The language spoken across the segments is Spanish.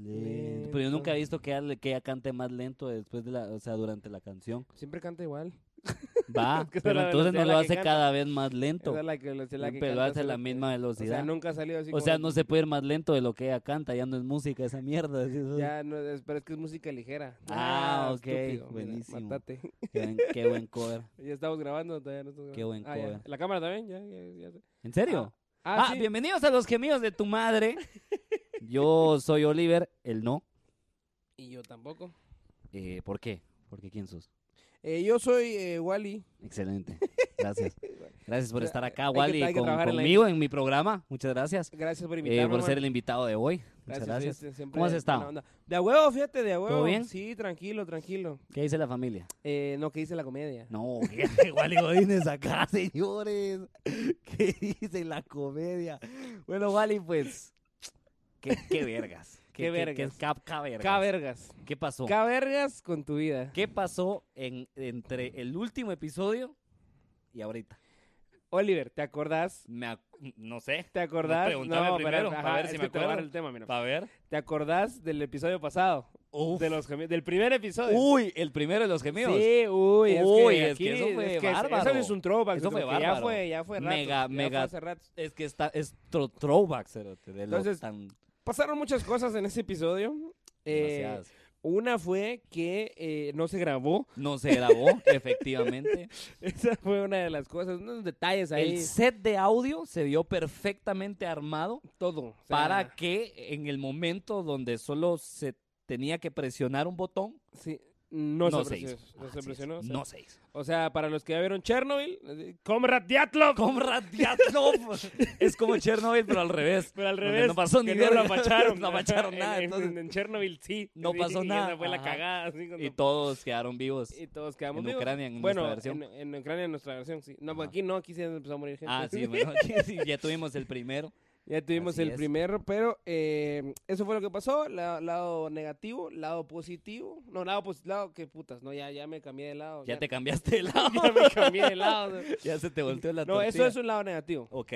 Pero yo nunca he visto que ella, que ella cante más lento después de la, o sea, durante la canción. Siempre canta igual. Va, Es que esa pero es la entonces velocidad no a la lo que hace canta. cada vez más lento. Esa es la que, esa es la que pero canta hace la solo que- misma O sea, velocidad. nunca ha salido así O sea, como- no se puede ir más lento de lo que ella canta, ya no es música esa mierda. así, eso es- Ya, no, es- pero es que es música ligera. Ah, ok, estúpido, mira, buenísimo. matate. Qué, buen, qué buen cover. Ya estamos grabando, todavía no estamos Qué grabando. buen Ah, ya. cover. La cámara también, ya, ya, ya. ¿En serio? Ah, Ah, sí. bienvenidos a los gemidos de tu madre. Yo soy Oliver, el no. Y yo tampoco. Eh, ¿Por qué? Porque quién sos. Eh, yo soy eh, Wally. Excelente. Gracias. Gracias por O sea, estar acá, hay que- Wally, hay que con- trabajar en la- conmigo en mi programa. Muchas gracias. Gracias por eh, invitarme. por man. ser el invitado de hoy. Muchas gracias. sí, siempre ¿Cómo has buena estado? onda. De a huevo, fíjate, de a huevo. bien? Sí, tranquilo, tranquilo. ¿Qué dice la familia? Eh, no, que dice la comedia? No, fíjate, Wally Godínez acá, señores. ¿Qué dice la comedia? Bueno, Wally, pues. Qué, qué vergas. Qué vergas. vergas. cap- ca vergas. Cavergas. ¿Qué pasó? Cavergas con tu vida. ¿Qué pasó en- entre el último episodio y ahorita? Oliver, ¿te acordás? Me ac- no sé. ¿Te acordás? pregúntame pero, primero, pa' ver es si que me te voy a dar acuerdo. el tema, mira. Para ver. ¿Te acordás del episodio pasado? De los gemi- del primer episodio. Uy, el primero de los gemidos. Sí, uy, es Uy, que, es que aquí- eso fue es que ese- bárbaro. Eso es un throwback. Eso fue porque ya bárbaro. fue, ya fue rato, Mega, ya fue mega- hace rato. Es que está, es tro- throwback, cerote, de lo Entonces, tan Pasaron muchas cosas en ese episodio. Eh, demasiadas. una fue que eh, no se grabó. No se grabó, efectivamente. Esa fue una de las cosas, unos detalles ahí. El set de audio se vio perfectamente armado todo. o sea, para que en el momento donde solo se tenía que presionar un botón, sí, no, no se se hizo. presionó. No Así se es, presionó. o sea, No se hizo. O sea, para los que ya vieron Chernobyl, eh, Comrade Diatlov. Comrade Diatlov. es como Chernobyl, pero al revés. Pero al Donde revés, no pasó ni que no lo verga. apacharon. No apacharon En- nada, En, entonces. en- en Chernobyl sí. No Y- pasó y nada, esa fue la ajá. cagada. así cuando- Y todos quedaron vivos y todos quedamos en vivos. Ucrania en bueno, nuestra versión. En, en Ucrania en nuestra versión, sí. No, Ajá. aquí no, aquí se empezó a morir gente. Ah, sí, bueno, sí, ya tuvimos el primero. Ya tuvimos Así el es. primero, pero eh, eso fue lo que pasó. la- lado negativo, lado positivo. No, lado positivo, lado que putas. No, ya, ya me cambié de lado. Ya te cambiaste de lado. ya me cambié de lado. o sea. Ya se te volteó la No, eso tortilla. es un lado negativo. Ok.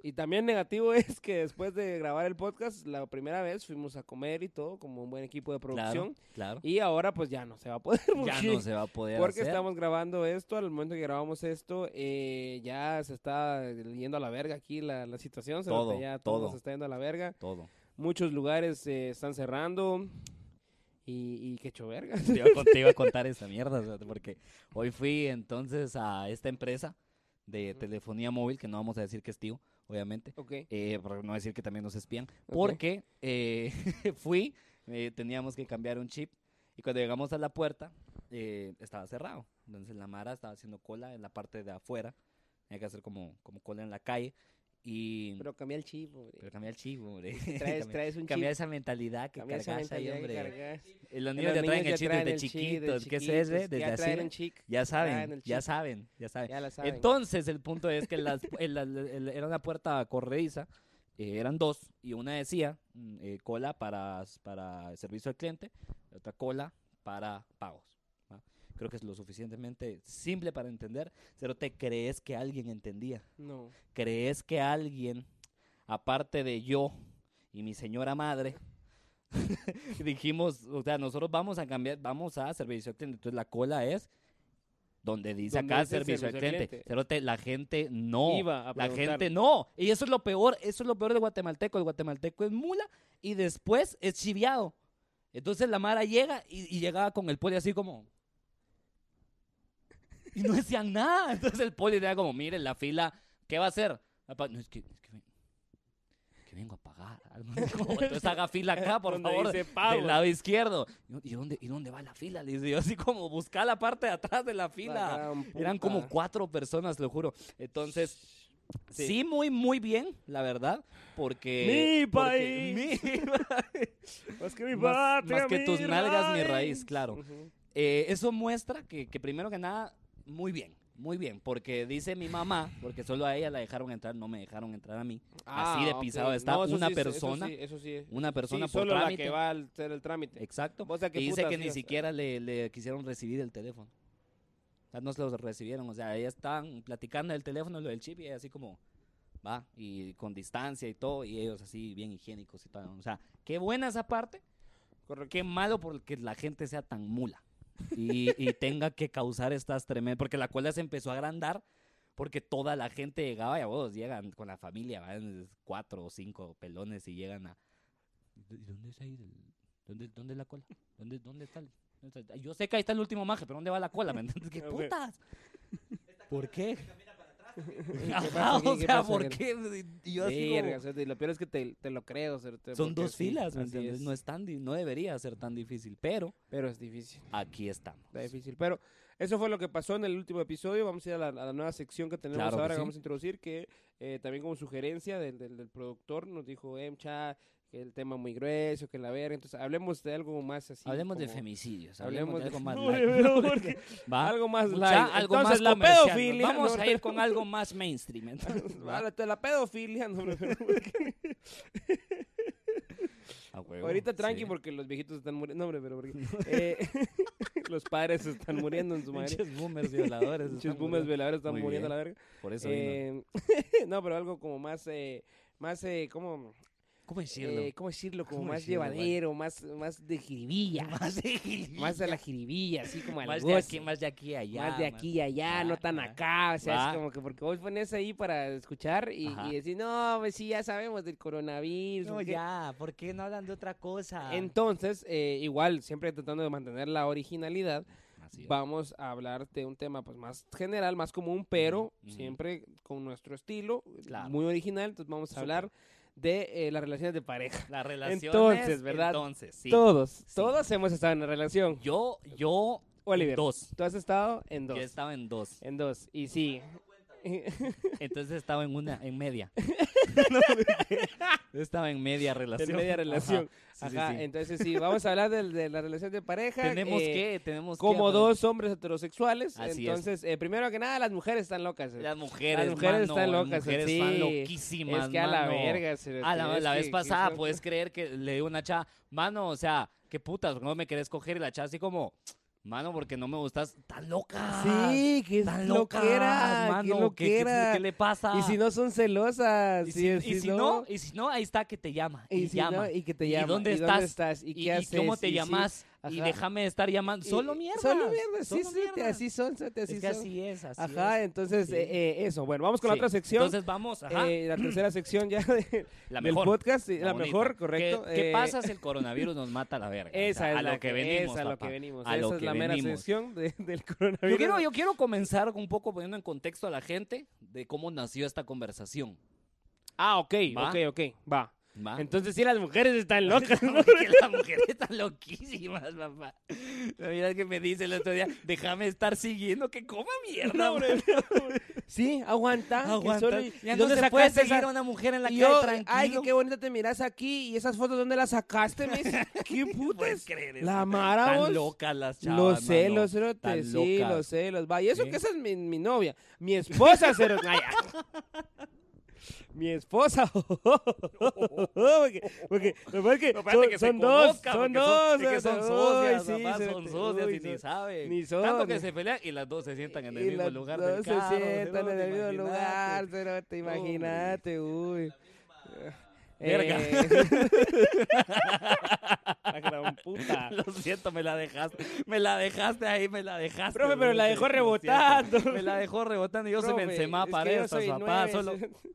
Y también negativo es que después de grabar el podcast, la primera vez fuimos a comer y todo, como un buen equipo de producción. Claro, claro. Y ahora pues ya no se va a poder. Ya porque- no se va a poder Porque hacer. estamos grabando esto, al momento que grabamos esto, eh, ya se está yendo a la verga aquí la, la situación. se nota Todo, ya todo, todo. se está yendo a la verga. Todo. Muchos lugares se están cerrando y, y que hecho verga. Te iba, a con- te iba a contar esta mierda, o sea, porque hoy fui entonces a esta empresa de telefonía móvil, que no vamos a decir que es tío, obviamente, Ok. eh, para no decir que también nos espían, Ok. porque eh, fui, eh, teníamos que cambiar un chip y cuando llegamos a la puerta eh, estaba cerrado. Entonces la Mara estaba haciendo cola en la parte de afuera, tenía que hacer como, como cola en la calle y... Pero, Pero cambia el chip, hombre. cambiar el chip, hombre. Traes, Cambiar- traes un cambiar chip. esa mentalidad que cambia esa cargas ahí, mentalidad que hombre. cargas. Eh, Los Los niños ya traen el niños chip desde traen el chip chiquitos. ¿Qué se chiquitos, ve? Desde ya traen así. ¿eh? el chic, Ya traen saben, el ya chip, saben, ya saben. ya la saben. Entonces, el punto es que las- el- la- la- el- era una puerta corrediza, eh, eran dos, y una decía mm, eh, cola para, para servicio al cliente, y otra cola para pagos. ¿va? Creo que es lo suficientemente simple para entender, pero te crees que alguien entendía. No. ¿Crees que alguien, aparte de yo y mi señora madre, dijimos, o sea, nosotros vamos a cambiar, vamos a servicio al cliente? Entonces la cola es donde dice Donde acá dice servicio, al cliente. Cerote, la gente no. Iba a la preguntar. gente no. Y eso es lo peor, eso es lo peor del guatemalteco. El guatemalteco es mula y después es chiviado. Entonces la Mara llega y, y llegaba con el poli así como. Y no decían nada. Entonces el poli era como, miren, la fila, ¿qué va a hacer? Apa- No, es que, es que, ven- que vengo a pagar. algo así como, Entonces haga fila acá, por Donde favor. dice pago. Del lado izquierdo. ¿Y, y dónde, ¿Y dónde va la fila? Le dice yo así como, busca la parte de atrás de la La fila. gran Eran como puta. cuatro personas, lo juro. Entonces, Sí. sí, muy, muy bien, la verdad, porque... Mi porque- país. mi país. Más que mi más, patria, más que mi tus nalgas, mi raíz, raíz. claro. Ujú. Eh, eso muestra que, que primero que nada, muy bien, muy bien, porque dice mi mamá, porque solo a ella la dejaron entrar, no me dejaron entrar a mí. Así de Ah, ok. pisado está No, eso una sí, eso persona, sí, Eso sí. una persona Sí, por solo trámite. Eh, la que va a hacer el trámite. Exacto. O sea, que y dice putas, que sí, ni o sea. siquiera le, le quisieron recibir el teléfono. O sea, no se los recibieron. O sea, ellas estaban platicando del teléfono, lo del chip, y ella así como, va, y con distancia y todo, y ellos así bien higiénicos y todo. O sea, qué buena esa parte, Correcto. Qué malo porque la gente sea tan mula y, y tenga que causar estas tremendas. Porque la cola se empezó a agrandar porque toda la gente llegaba y a vos llegan con la familia, van cuatro o cinco pelones y llegan a. "¿Dó- ¿Dónde es ahí? el- ¿Dónde, dónde es la cola? ¿Dónde, dónde está el.? dónde está el-?" Yo sé que ahí está el último maje, pero ¿dónde va la cola? ¿Me entiendes? ¿Qué Ok. putas? ¿Por qué? pasa Ajá, aquí? o ¿Qué sea, pasa ¿por aquí? qué? Y yo así Verga, como- o sea, y lo peor es que te, te lo creo. o sea, te- Son porque dos sí, filas, ¿me así entiendes? es. No, es tan di- no debería ser tan difícil, pero Pero es difícil. aquí estamos. Está difícil. Pero eso fue lo que pasó en el último episodio. Vamos a ir a la, a la nueva sección que tenemos Claro que ahora. Que sí. Vamos a introducir que eh, también como sugerencia del, del- del productor nos dijo, emcha, que el tema muy grueso, que la verga. Entonces hablemos de algo más así. hablemos de como- femicidios, hablemos, Hablemos de algo más No, light. pero porque- Va. Algo más Mucha- light. algo Entonces, más la comercial, nos pedofilia. Vamos ¿no? a ir con algo más mainstream. entonces, va. Vale, te la pedofilia. no, hombre, porque- A huevo, Ahorita tranqui sí. porque los viejitos están muriendo. No, hombre, pero porque. eh, los padres están muriendo en su madre. Pinches boomers violadores. Muchos están boomers muriendo. veladores están Muy muriendo a bien. la verga. Por eso vino. Eh, no, pero algo como más. Eh, más eh, como ¿Cómo decirlo? eh, ¿cómo decirlo? Como ¿Cómo más decirlo, vale? llevadero, más, más de jiribilla, más de, más de la jiribilla, así como al más de goce, aquí, más de aquí allá. más de aquí y allá, Ah, no tan ah. acá, o sea, Va. es como que porque vos pones ahí para escuchar y, Ajá. y decir, no, pues sí, ya sabemos del coronavirus. No, ¿o qué?". ya, ¿por qué no hablan de otra cosa? Entonces, eh, igual, siempre tratando de mantener la originalidad, Así es. vamos a hablar de un tema pues más general, más común, pero ujú. siempre con nuestro estilo, Claro. muy original. Entonces vamos a Súper. hablar de eh, las relaciones de pareja. Las relaciones. Entonces, ¿verdad? Entonces, sí. Todos, Sí. todos hemos estado en una relación. Yo, yo, Oliver, dos. tú has estado en dos. Yo estaba en dos. En dos, y sí. Entonces estaba en una, en media. Yo estaba en media relación. en media relación. Ajá, sí, sí, Ajá, sí. entonces sí, vamos a hablar del- de, la relación de pareja. Tenemos eh, que, tenemos pues, que Como hablar- dos hombres heterosexuales. Así es. entonces, eh, primero que nada, las mujeres están locas. eh. Las mujeres, Las mujeres mano, están las locas, mujeres sí. están loquísimas, es que a la mano. verga. se- Ah, la, es la que- vez que pasada, son- puedes creer que le digo a una chava, mano, o sea, qué putas, ¿por qué no me querés coger? Y la chava así como, mano, porque no me gustas, tan loca. Sí, que es tan loca, loca, que "Ah, mano, ¿qué- qué, loquera. qué le pasa? Y si no son celosas. y sí, si, es- y sí, si no, y si no, ahí está que te llama, y, Y si llama. no, y que te ¿Y llama. dónde estás? ¿Y y, qué haces? cómo te y sí, llamas y ajá. déjame de estar llamando. y- solo mierda. Solo mierda, sí, solo sí, te- mierdas. así son, son, te- así es que son. así es, así Ajá, es. entonces, sí. eh, eh, eso. Bueno, vamos con la Sí. otra sección. Entonces vamos, ajá, eh, la tercera sección ya de- la del mejor. podcast. sí, La, bonita. mejor, ¿Qué- correcto. ¿Qué, eh, pasa si el coronavirus nos mata a la verga? O sea, Esa es a la lo que venimos, Esa es lo papá. que venimos. A esa lo es que la mera venimos. sección de- del Yo coronavirus. quiero, yo quiero comenzar un poco poniendo en contexto a la gente de cómo nació esta conversación. Ah, ok, Va. ok, ok. Va. ¿Ah? ¿va? Entonces, sí, las mujeres están locas. ¿no? Porque las mujeres están loquísimas, papá. La verdad que me dice el otro día, déjame estar siguiendo, que coma mierda, hombre. Sí, aguanta. que Aguanta. solo- ¿y Ya no dónde se puede sacaste seguir esa- a una mujer en la y calle yo, tranquilo. Ay, que qué bonita te miras aquí. ¿Y esas fotos dónde las sacaste, me dice? ¿Qué puedes putas? creer eso? La Mara, Tan vos. locas las chavas, Los celos, mano. cerote, tan sí, locas. los celos. Va, y eso Sí. que esa es mi, mi novia, mi esposa, cerote. Ay, ah. mi esposa. porque, porque, lo peor es que No, espérate que se son, son dos, conozcan, son porque dos. es que son cerote. socias, Uy, sí, papá, son cerote, socias uy, y ni cerote. saben. Ni Tanto son. que se pelean y las dos se sientan en el Y mismo las lugar dos del carro. se sientan en cerote, el mismo imagínate. lugar, cerote, Hombre. imagínate, uy. Eh, Verga. la gran puta. Lo siento, me la dejaste. Me la dejaste ahí, me la dejaste. Profe, pero la Lo dejó siento. rebotando. Me la dejó rebotando y yo Profe, soy Benzema es para que yo estas, soy papá. nueve, Solo... cerote.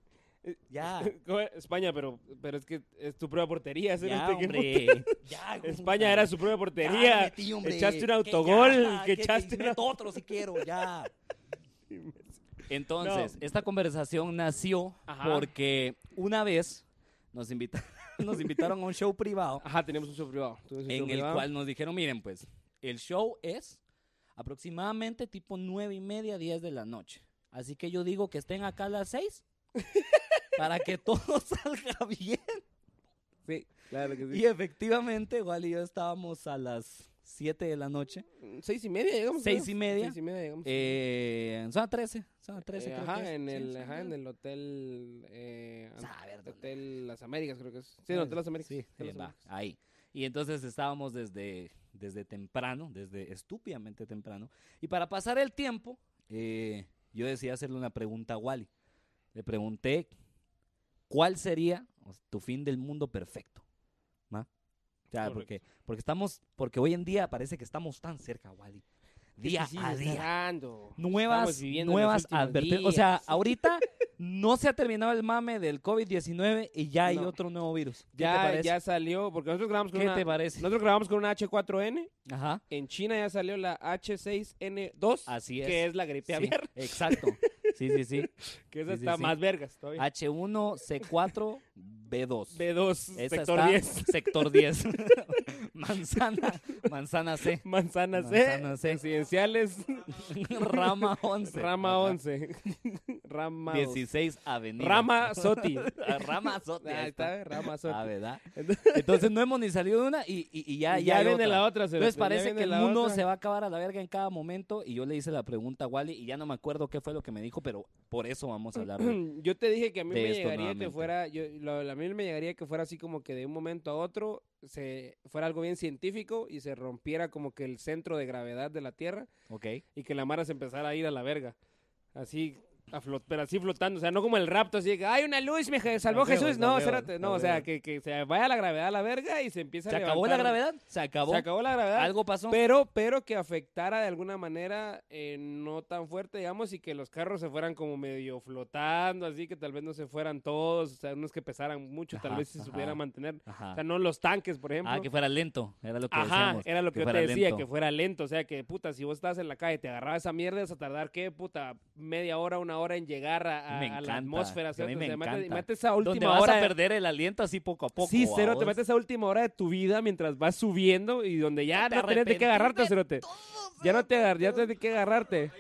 Ya, ¿Cómo es? España, pero, pero es que es tu prueba de portería. ¿sí? ya, Este que- hombre. Ya, España era su prueba de portería. Echaste un autogol, que echaste una- otro si quiero, ya. Entonces, No. esta conversación nació Ajá. porque una vez nos, invita- nos invitaron a un show privado Ajá, tenemos un show privado. Tenemos Ah, un show en el privado. cual nos dijeron, miren, pues, el show es aproximadamente tipo nueve y media, 10 de la noche. Así que yo digo que estén acá a las 6 para que todo salga bien. Sí, claro que sí. Y efectivamente, Wally y yo estábamos a las 7 de la noche. Mm, Seis y media llegamos. Seis creo. y media. Seis y media llegamos. Eh, en zona 13, zona 13 Eh, creo ajá, que es. en Sí, el, zona ajá, 13. en el hotel. Eh, an- Saber dónde. hotel Las Américas, creo que es. Sí, en el Hotel Las Américas. Sí, Hotel Las va, Ah, Américas. ahí. Y entonces estábamos desde, desde temprano, desde estúpidamente temprano. Y para pasar el tiempo, eh, yo decidí hacerle una pregunta a Wally. Le pregunté, ¿cuál sería o sea, tu fin del mundo perfecto? sea, Correcto. porque, porque estamos, porque hoy en día parece que estamos tan cerca, Wally. Día a día. Nuevas, nuevas advertencias. O sea, ahorita no se ha terminado el mame del COVID-19 y ya hay No. otro nuevo virus. ¿Qué te ya, parece? ya salió, porque nosotros grabamos con ¿Qué una, te parece? nosotros grabamos con una H4N, Ajá. en China ya salió la H6N2, Así es. que es la gripe Sí, aviar, exacto. Sí, sí, sí. que esa sí, sí, está sí. más vergas todavía. H1C4 B2. B2, Esa sector está- 10, Sector 10. manzana, manzana C. manzana C, Manzana C. residenciales, Rama 11. rama Ajá. 11, rama, dos. 16 Avenida. rama Soti. Ah, Rama Azote. Ah, ahí está, rama Soti. Ah, ¿verdad? Entonces no hemos ni salido de una y, y- y ya, Y ya hay viene otra. la otra. Entonces parece que el mundo se va a acabar a la verga en cada momento y yo le hice la pregunta a Wally y ya no me acuerdo qué fue lo que me dijo, pero por eso vamos a hablar hoy. Mm, Yo te dije que a mí de me esto llegaría que nuevamente. fuera, yo, lo- a mí me llegaría que fuera así como que de un momento a otro se fuera algo bien científico y se rompiera como que el centro de gravedad de la Tierra ¿Ok? y que la mara se empezara a ir a la verga. Así, a flot- pero así flotando. O sea, no como el rapto, así de que hay una luz, me je- salvó A huevo, Jesús. a No, huevo, espérate, a no, o sea, huevo. que, que se vaya la gravedad a la verga y se empieza ¿Se a acabó la levantar- gravedad? ¿Se acabó? Se acabó la gravedad. ¿Algo pasó? Pero, pero que afectara de alguna manera eh, no tan fuerte, digamos, y que los carros se fueran como medio flotando, así que tal vez no se fueran todos, o sea, unos que pesaran mucho, tal Ajá, vez se ajá. supieran mantener. Ajá. O sea, no los tanques, por ejemplo. Ah, que fuera lento, era lo que Ajá, decíamos. era lo que, yo te fuera decía, lento. que fuera lento, o sea, que puta, si vos estás en la calle, te agarraba esa mierda, vas a tardar, ¿qué puta? Media hora, una hora en llegar a, a- Me a la encanta, atmósfera. que a mí ¿cierto? me O sea, mate- encanta. mate esa Donde última vas hora a perder el aliento así poco a poco. sí, cero, ¿vaos? te metes esa última hora de tu vida mientras vas subiendo y donde ya no tenés de qué agarrarte, cerote. Ya no te agar- ya tenés de qué agarrarte.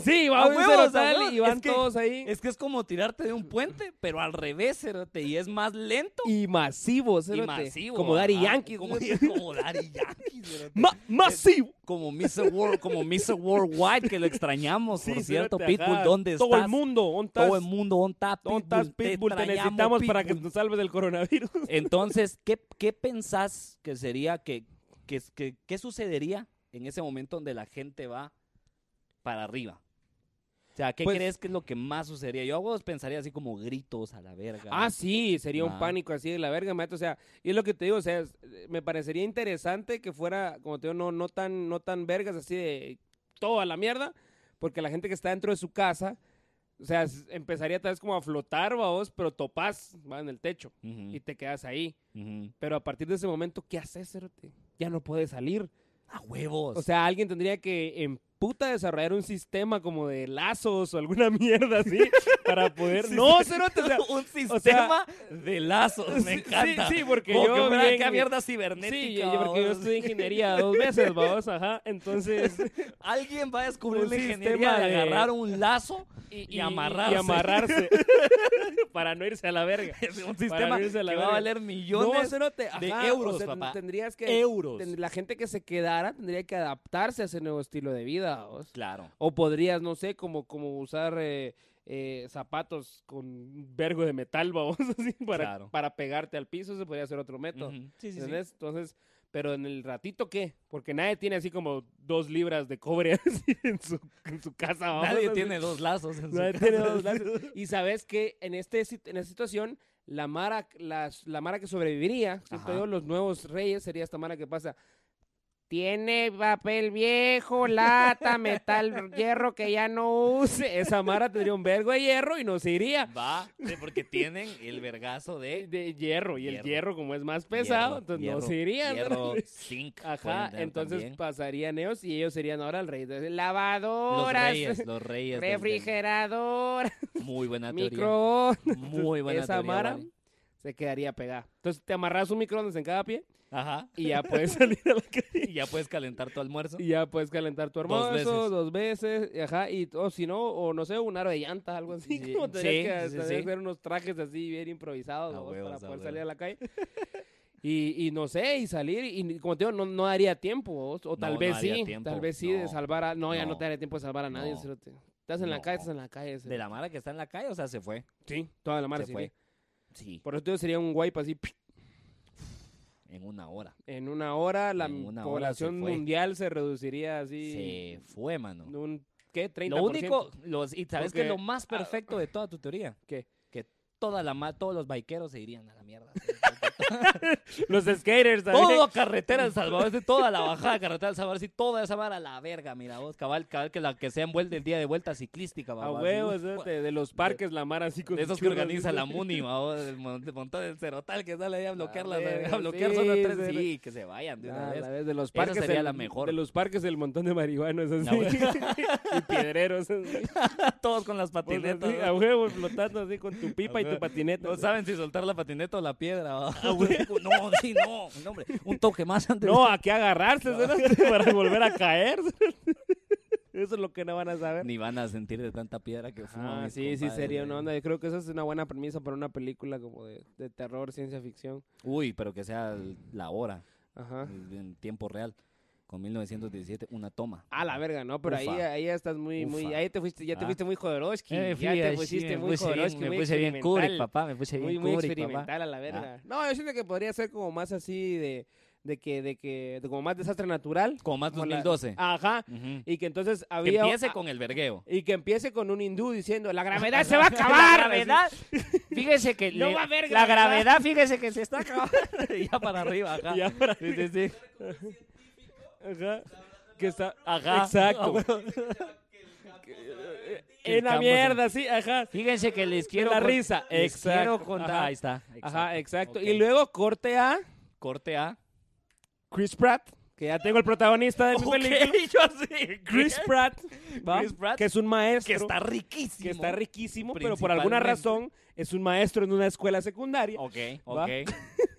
Sí, va A un huevos, a cerotal huevos. y van Es que- todos ahí. Es que es como tirarte de un puente, pero al revés, cerote, y es más lento Y masivo, y cerote. masivo. Como Daddy ajá, Yankee. como, cerote. como Daddy Yankee, cerote. Ma- ¡Masivo! como Mr. World, como Mr. Worldwide, que lo extrañamos, Sí, por cierto, cerote, Pitbull, ajá. ¿dónde Todo estás? el mundo, ¿dónde estás? Todo el mundo, ¿dónde está Pitbull? ¿Dónde estás, Pitbull? Te extrañamos, necesitamos para que Pitbull. nos salves del coronavirus. Entonces, ¿qué, qué pensás que sería, que, que, que- qué sucedería en ese momento donde la gente va para arriba? O sea, ¿qué Pues- crees que es lo que más sucedería? Yo a vos pensaría así como gritos a la verga. Ah, sí, sería un Va. pánico así de la verga, mato. O sea, y es lo que te digo, o sea, es- eh, me parecería interesante que fuera, como te digo, no, no, tan, no tan vergas así de toda la mierda, porque la gente que está dentro de su casa, o sea, s- empezaría tal vez como a flotar, ¿va vos, pero topás, va en el techo Ujú, y te quedas ahí. ujú. Pero a partir de ese momento, ¿qué haces, cerote? Ya no puedes salir. A huevos. O sea, alguien tendría que en puta desarrollar un sistema como de lazos o alguna mierda así para poder... Sí, no, sí. cerote, o sea, un sistema o sea- de lazos, me Sí, encanta. Sí, porque Como yo. que fuera bien- acá mierda Sí, cibernética. yo- yo- porque yo vamos. estudié ingeniería dos veces, vamos, ajá. Entonces. Alguien va a descubrir Un la ingeniería sistema de de- agarrar un lazo Y, y amarrarse. Y amarrarse. para no irse a la verga. Es un sistema no irse a que la va a verga. valer millones cerote, de ajá, euros, o sea, ten- papá. Tendrías que. de euros. ten- La gente que se quedara tendría que adaptarse a ese nuevo estilo de vida, vamos. Claro. O podrías, no sé, como, como usar eh, eh, zapatos con un vergo de metal, vamos, así, para, Claro. para pegarte al piso, se podría hacer otro método. Ujú. Sí, sí, sí. ¿Entendés? Entonces, pero en el ratito, ¿qué? Porque nadie tiene así como dos libras de cobre así en su, en su casa. vamos, Nadie así. tiene dos lazos en su Nadie casa. tiene dos lazos. Y sabes que en, este, sit- en esta situación, la mara, las- la mara que sobreviviría, siento Ajá. yo, los nuevos reyes, sería esta mara que pasa. Tiene papel viejo, lata, metal, hierro que ya no use. Esa mara tendría un vergo de hierro y no se iría. Eh, Va, sí, porque tienen el vergazo de De hierro, y el Hierro. hierro como es más pesado, hierro, entonces no hierro, se iría. Hierro, zinc. pueden Ajá, tener entonces también. pasarían ellos y ellos serían ahora el rey. de Los lavadoras, reyes, los reyes. del- del- refrigerador, Muy buena teoría. micro. Muy buena Esa teoría, mara Wally. se quedaría pegada. Entonces te amarras un microondas en cada pie Ajá. y ya puedes salir a la calle. Y ya puedes calentar tu almuerzo. Y ya puedes calentar tu Dos almuerzo veces. dos veces, y ajá, y o si no, o no sé, un aro de llanta, algo así. Sí, como tendrías sí, sí, que tendrías sí. que hacer unos trajes así bien improvisados A ¿no? huevos, para a poder huevos. salir a la calle. Y, y no sé, y salir, y como te digo, no, no daría tiempo, ¿vos? o No, tal no vez daría sí, tiempo, tal vez sí, de no, salvar a... No, ya no no, te daría tiempo de salvar a nadie, no, cerote. Estás en la no. calle, estás en la calle. De cerote. la mara que está en la calle, o sea, se fue. Sí, toda la mara Se se fue. iría. Sí, Por eso te digo, sería un wipe así, en una hora. en una hora la En una hora se población fue. mundial se reduciría así, Se fue, mano. un, ¿qué? 30%. Lo único, los, y sabes que Porque- ah, lo más perfecto de toda tu teoría, ¿Qué? que toda la ma- todos los baiqueros se irían a la mierda. Los skaters también. Todo carretera del Salvador, es de toda la bajada de carretera del Salvador, sí, toda esa vara a la verga, mira vos, cabal, cabal, que la que sea envuelta el día de vuelta ciclística, A babá, así, huevos, uf, este, de los parques, la mar así con de sus esos que churros, organiza así. la MUNI, babá, el mon- el montón del cerotal que sale ahí a bloquear las, verga, a bloquear sí, zona sí, 3, sí. sí, que se vayan de una Ah, vez. la vez, de los Esa parques sería el- la mejor. De los parques el montón de marihuanos así. La hue- y piedreros. así. Todos con las Vos patinetas. así, ¿no? a huevo flotando así con tu pipa y tu huevo. patineta. No saben si soltar la patineta o la piedra. babá. no, sí, no. no, hombre, un toque más antes. No, a qué agarrarse ¿sabes? para volver a caer. Eso es lo que no van a saber. Ni van a sentir de tanta piedra que fuman. Ah, mis sí, sí, compadres, sería güey. una onda. Yo creo que esa es una buena premisa para una película como de, de terror, ciencia ficción. Uy, pero que sea el- la hora, Ajá. el- en tiempo real. Con 1917, una toma. A la verga, ¿no? Pero ahí, Ufa. ahí ya estás muy, muy, Ufa. ahí te fuiste, ya te Ah. fuiste muy Jodorowsky. Eh, me ya fui te así, pusiste me muy puse bien- Jodorowsky, Me muy puse bien Kubrick, experimental. papá. Me puse bien muy, muy Kubrick, papá. Ah. experimental a la verga. No, yo siento que podría ser como más así de, de que, de que, de como más desastre natural. Como más como la- Ah. 2012. Ajá. Ujú. Y que entonces Mm. Que había. empiece a- con el vergueo. Y que empiece con un hindú diciendo, la gravedad La se va a gra- acabar. La gravedad, fíjese que No le- va a haber la gravedad. gravedad, fíjese que se está acabando. ya para arriba, ajá. Así. Y ahora- Sí, sí, sí. Ajá. Que está. Ajá. Exacto. que en el la campo se- mierda, sí, ajá. Fíjense que les quiero la cont- risa. les Exacto. quiero contar. Ajá. Ahí está. Ajá, exacto. Ok. Y luego corte a corte A. Chris Pratt, que ya tengo el protagonista de mi Ok, película. yo así. Chris Pratt, ¿va? Chris Pratt, que es un maestro. que está riquísimo. que está riquísimo, pero por alguna Principalmente. razón es un maestro en una escuela secundaria. Ok, ¿Va? ok.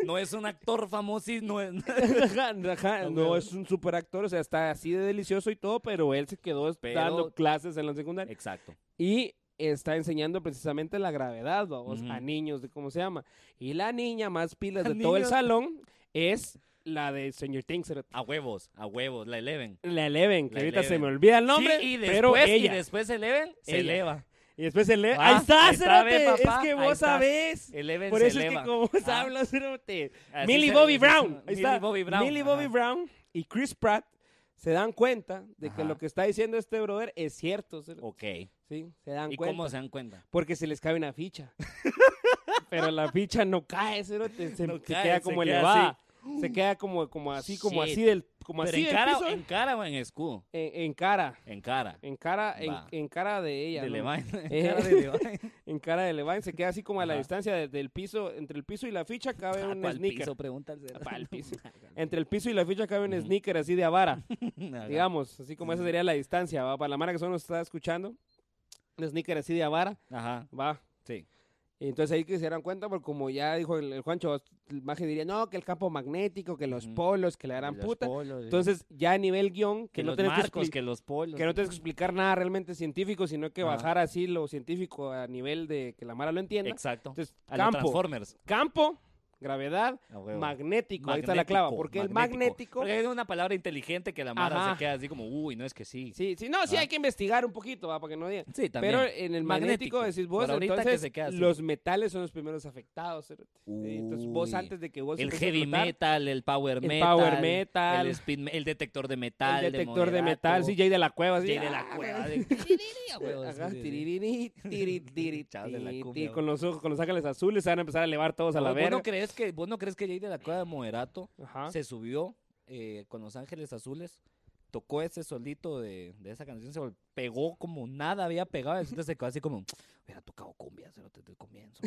No es un actor famoso, y no es... Ajá, ajá, Ah, no bueno. es un super actor, o sea, está así de delicioso y todo, pero él se quedó Pero- dando clases en la secundaria Exacto. y está enseñando precisamente la gravedad, vamos, a Ujú. niños, de cómo se llama. Y la niña más pilas A de todo el niños. salón es la de Señor Tinkser, A huevos, a huevos, la eleven. la Eleven, que La ahorita se Eleven. me olvida el nombre, Sí, y después, pero y ella. después se eleven, se Ella. eleva. Y después se le... Ah, ¡Ahí está, ahí está, cerote! ve, papá, es que ahí vos está. sabés. Eleven Por se eso es eleva. que como vos Ah. hablas, cerote. Así Millie se- así Bobby se- Brown. Ahí Millie está. Bobby Brown. Millie Bobby ajá. Brown y Chris Pratt se dan cuenta de que Ajá. lo que está diciendo este brother es cierto. ¿sí? Ok. Sí, se dan ¿Y cuenta. cómo se dan cuenta? Porque se les cae una ficha. Pero la ficha no cae, cerote, se, No se cae, queda se como queda elevada. Se queda como, como así, como Shit. así del, como Pero así en del cara, piso. en cara o en escudo. En, en cara, En cara. en cara, en, Va. en cara de ella. De ¿no? Levine. Eh. En cara de Levine. en cara de Levine, se queda así como a la Ajá. distancia de- del piso, entre el piso y la ficha cabe un Ah, Pa'l sneaker. Ah, piso, pregunta al cerdo. Pa'l piso. Entre el piso y la ficha cabe un Ujú. sneaker así de avara, Ajá. digamos, así como esa sería la distancia, va, para la mara que solo nos está escuchando, un sneaker así de avara, Ajá, va. sí. Y entonces ahí que se dan cuenta, porque como ya dijo el, el Juancho, el maje diría, no, que el campo magnético, que los Ujú. polos, que la gran Y los puta. polos, sí. Entonces ya a nivel guión, que, que, no los tenés que marcos, expli- que los polos. que no tienes que explicar nada realmente científico, sino que Ajá. bajar así lo científico a nivel de que la mara lo entienda. Exacto. Entonces, A los campo, Transformers. campo, gravedad, A huevo. magnético. Ahí está la clava. Porque el magnético. Porque hay una palabra inteligente que la mara Ajá. se queda así como, uy, no es que sí. Sí, sí, no, sí Ah. hay que investigar un poquito, ¿va? para que no digan. Sí, Pero en el magnético, Magnético. decís vos, Por ahorita que entonces se queda así. los metales son los primeros afectados. cerote. Sí, entonces vos Uy. antes de que vos el empieces a heavy flotar, metal, el power el metal. power metal, El, speed me- el detector de metal. el detector de, metal, sí, ya. Jay de la cueva, sí. de la ah, cueva. güey. de- Tiriri, a huevo, Ajá, sí, sí, sí. tiririrí, tiri, tiri, Chavos de la tiri, cumbia, tiri. güey. Con los ojos, con los ángeles azules se van a empezar a elevar todos a la ¿Vos- ¿Vos verga. Ah. no crees que, vos no crees que Jay de la Cueva de Moderato Ajá. se subió eh, con Los Ángeles Azules? Tocó ese solito de, de esa canción, se vol- pegó como nada había pegado, entonces se quedó así como, hubiera tocado cumbia, se lo desde el comienzo.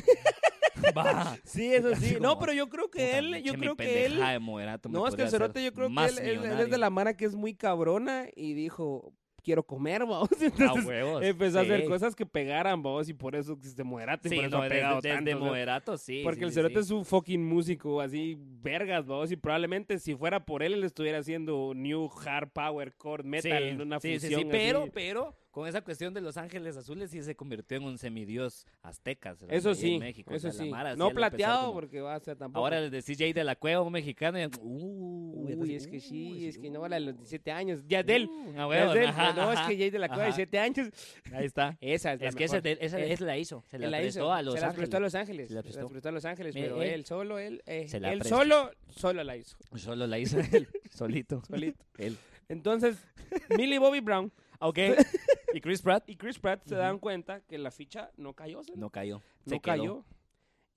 Va. Sí, eso Así sí. No, como, pero yo creo que Puta él, leche, yo mi creo que él pendejada de moderato me No, es que el podría cerote hacer yo creo que más él, él- él es de millonario. la mara que es muy cabrona y dijo, quiero comer, vamos. A Entonces huevos, empezó a hacer Ah, sí. cosas que pegaran, vamos, y por eso se moderato y Sí, por eso no, ha desde, pegado desde tanto. o sea, moderato, sí. porque sí, el sí, cerote sí. es un fucking músico, así, vergas, vamos, y probablemente si fuera por él, él estuviera haciendo new hard power core metal, Sí, una sí, sí, sí, fusión pero, así. pero con esa cuestión de los ángeles azules sí se convirtió en un semidios azteca. se lo Eso digo, ahí sí, en México, o eso sea, la sí. mara sí No al empezar plateado, como- porque va a ser tampoco. Ahora les decís Jay de la Cueva, un mexicano, y uh, Uy, es que uy, sí, es que no, uy, la de los 17 años. uy, Ya de él. uh, a ya huevos, es de él, ajá, No, es ajá. que ya es de la cueva de Ajá. 17 años. Ahí está. Esa es la Es que esa, mejor. es de- esa, Eh, esa la hizo, se Él la la hizo, prestó a los se la prestó a ángeles. Los Ángeles. Se Se la la prestó. prestó a Los Ángeles, Mire, pero él- él solo, él, eh, se la él prestó. solo, solo la hizo. Solo la hizo él, solito. Solito. Él. Entonces, Millie Bobby Brown Ok. ¿Y Chris Pratt? y Chris Pratt se Ujú. dan cuenta que la ficha no cayó, ¿sí? No cayó. quedó. No cayó.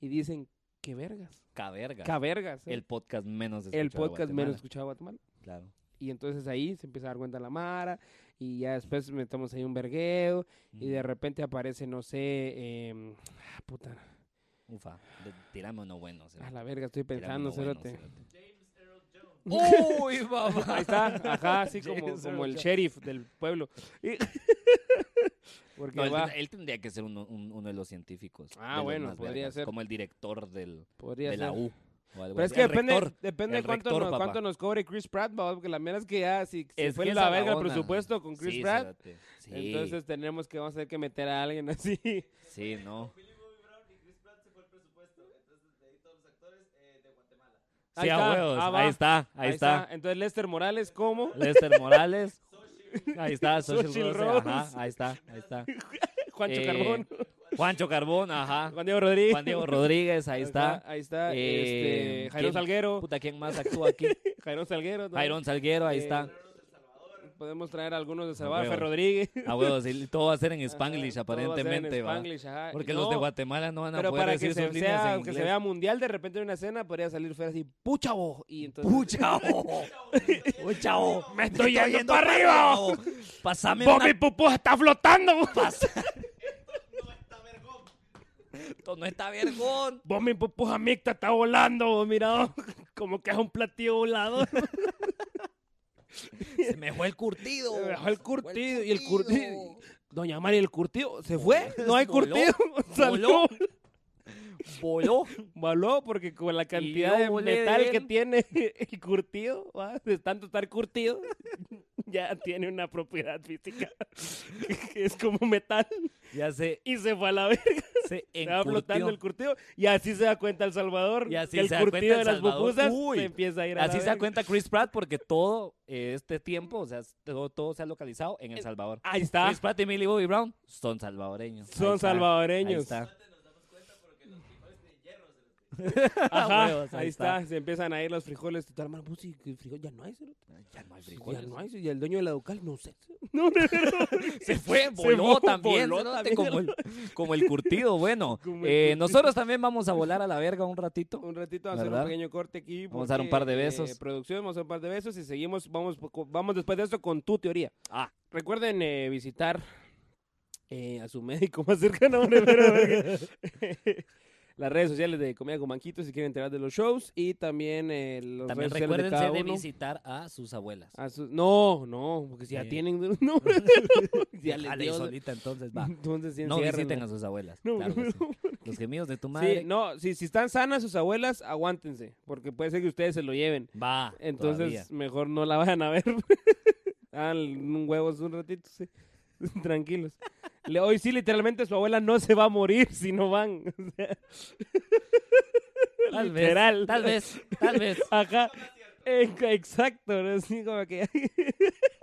Y dicen, ¿Qué vergas? Caverga. Cavergas. ¿eh? el podcast menos El, escuchado. de podcast menos Guatemala. escuchado de Guatemala. Claro. Y entonces ahí se empieza a dar cuenta la Mara. Y ya después metemos ahí un vergueo. Y de repente aparece, no sé. em, ah, puta. Mm. Ufa, de- tirame uno bueno. cerote. A la verga, estoy Tirame pensando, uno bueno, cerote. cerote. ¡Uy, mamá! Ahí está, ajá, así como, James como Earl el Jones. sheriff del pueblo. Y- Porque No, él, va, ten- él tendría que ser uno, un- uno de los científicos. Ah, de los bueno, más podría vergas, ser. Como el director del, podría de la ser. U. o algo Pero es así. que El depende, rector. depende de el cuánto, rector, nos, papá. cuánto nos cobre Chris Pratt, babos, porque la mera es que ya, si, si Es fue que la esa verga el onda. presupuesto con Chris Sí, Pratt, cerote. Sí, entonces tenemos que, vamos a tener que meter a alguien así. sí, no. Ahí Sí, a está, huevos. ah, va. ahí está, ahí, está. Entonces, Lester Morales, ¿cómo? Lester Morales. Ahí está, Social, Social Rose, Rose. Ajá, ahí está, ahí está. Juancho Eh, Carbón. Juancho Carbón, ajá. Juan Diego Rodríguez. Juan Diego Rodríguez, ahí está. Ahí está. Ah, Eh, este, Jairo ¿quién? Salguero. Puta, ¿quién más actúa aquí? Jairo Salguero. ¿no? Jairón Salguero, ahí Eh, está. Podemos traer a algunos de Salvador huevo. Fer Rodríguez. A Ah, huevos, y todo va a ser en Spanglish, Ajá, todo va a ser en aparentemente, va. Spanglish, ajá. Porque Y los de no, Guatemala no van a Pero poder para que decir se, sus líneas sea, en que inglés. se vea mundial, de repente en una escena podría salir Fer así, ¡puchavo! Y entonces, ¡Pucha, oh! ¡Pucha, oh! ¡Me estoy yendo yendo para para arriba, arriba! oh! ¡Pásame ¡Vos, una mi pupuja está flotando! pasa. Esto no está vergón. ¡Vos, mi pupuja mixta está volando! Mira, como que es un platillo volador. Se me fue el curtido. Se me fue el Se curtido, y el curtido. Doña María, ¿el curtido? ¿Se fue? ¿No hay Voló, curtido? voló. Salió. Voló. Voló porque con la cantidad yo de volé de metal que él. tiene el curtido, ¿va? de tanto estar curtido, ya tiene una propiedad física que es como metal Ya se, y se fue a la verga, se se va flotando encurtió. el curtido y así se da cuenta El Salvador Y así que el se da cuenta curtido de El las Salvador. pupusas Uy, se empieza a ir a Así la se da verga. cuenta Chris Pratt porque todo eh, este tiempo, o sea, todo, todo se ha localizado en El Salvador. Ahí está, Chris Pratt y Millie Bobby Brown son salvadoreños. Ahí Ah. son está, Ahí salvadoreños. está. Ajá, Huevos, ahí, ahí está. está. se empiezan a ir los frijoles. Tu hermano, pues, sí, que frijol ya no hay, cerote. Ya no hay ya frijoles. no hay, y el dueño de la Ducal, no sé. No, no, Se fue, voló fue, también, voló cerote, también. como, el, como el curtido. Bueno, Como el eh, curtido. nosotros también vamos a volar a la verga un ratito. Un ratito vamos a hacer ¿Verdad? un pequeño corte aquí. Vamos a dar un par de porque, eh, besos. producción, vamos a dar un par de besos y seguimos. Vamos, po- co- vamos después de esto con tu teoría. Ah. Recuerden eh, visitar eh, a su médico más cercano. hombre, pero, verga. Las redes sociales de Comida con Manquito si quieren enterar de los shows y también eh, los También redes sociales de recuérdense cada de uno. Ah, visitar a sus abuelas. A sus- No, no, porque si ya Sí. tienen un nombre, ya Eh. les Déjale dio- solita, entonces va. Entonces sí, No enciérrenla. visiten a sus abuelas. No, claro que no, sí. Los gemidos de tu madre. Sí, no, si, si están sanas sus abuelas, aguántense, porque puede ser que ustedes se lo lleven. Va. Entonces, todavía. mejor no la vayan a ver. Hagan un huevos un ratito, sí. Tranquilos. Le- Hoy sí, literalmente, su abuela no se va a morir si no van. O sea, Tal vez, literal. tal vez, tal vez. Ajá. Eh, exacto, ¿no? Así como que...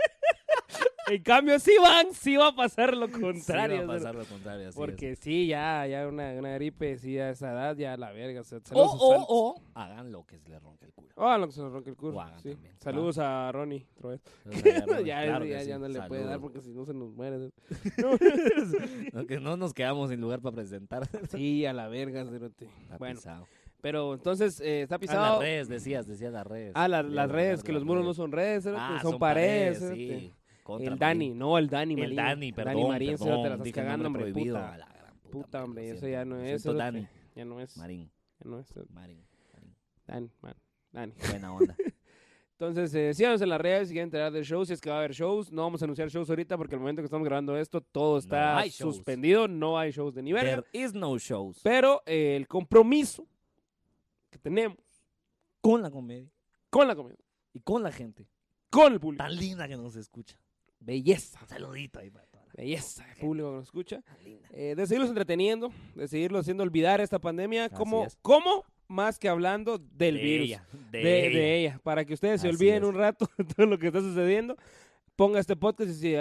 en cambio, si van, sí va a pasar lo Sí, va a contrario. o sea, pasar lo contrario, así es. Porque sí, ya, ya una, una gripe, sí, a esa edad, ya la verga. O sea, O, saludos a- o, o, hagan lo que se les ronca el culo. Ah, lo que se nos ronque el culo, O hagan sí. también, va. Saludos a Ronnie, otra vez. Entonces, agarro- ya, claro ya, que ya sí, no le puede dar saludos. porque si no se nos muere. No, que no nos quedamos sin lugar para presentar. Sí, a la verga, cerote. Está Bueno, pisado. pero entonces eh, está Ah, las pisado. redes, decías, decías las redes. Ah, la- Querías las hablar redes, de que las los muros no redes. son redes, cerote, Ah, son, paredes. cerote. sí. Contra Marín. El Dani, no, el Dani, El Marín. Dani, perdón. Dani Marín, perdón, cerote, la estás dije el cagando, nombre hombre, prohibido, puta. a la gran puta, Puta, hombre, lo eso siento, ya no lo es. siento, cerote. Dani, Ya no es. Marín, Ya no es. cerote. Marín, Marín. Dani, man, Dani. Buena onda. Entonces, eh, síganos en las redes si quieren enterar de shows, si es que va a haber shows. No vamos a anunciar shows ahorita porque al momento que estamos grabando esto, todo está hay shows. suspendido, no hay shows de nivel. There is no shows. Pero eh, el compromiso que tenemos Con la comedia con la comida, y con la gente. con el público. Tan linda que nos escucha. Belleza. Un saludito ahí para toda la Belleza, el público que nos escucha. tan linda. Eh, de seguirlos entreteniendo, de seguirlos haciendo olvidar esta pandemia, Así como, es. como más que hablando del De virus. ella, de, de, de ella. ella. para que ustedes se Así olviden es. un rato de todo lo que está sucediendo. Ponga este podcast y si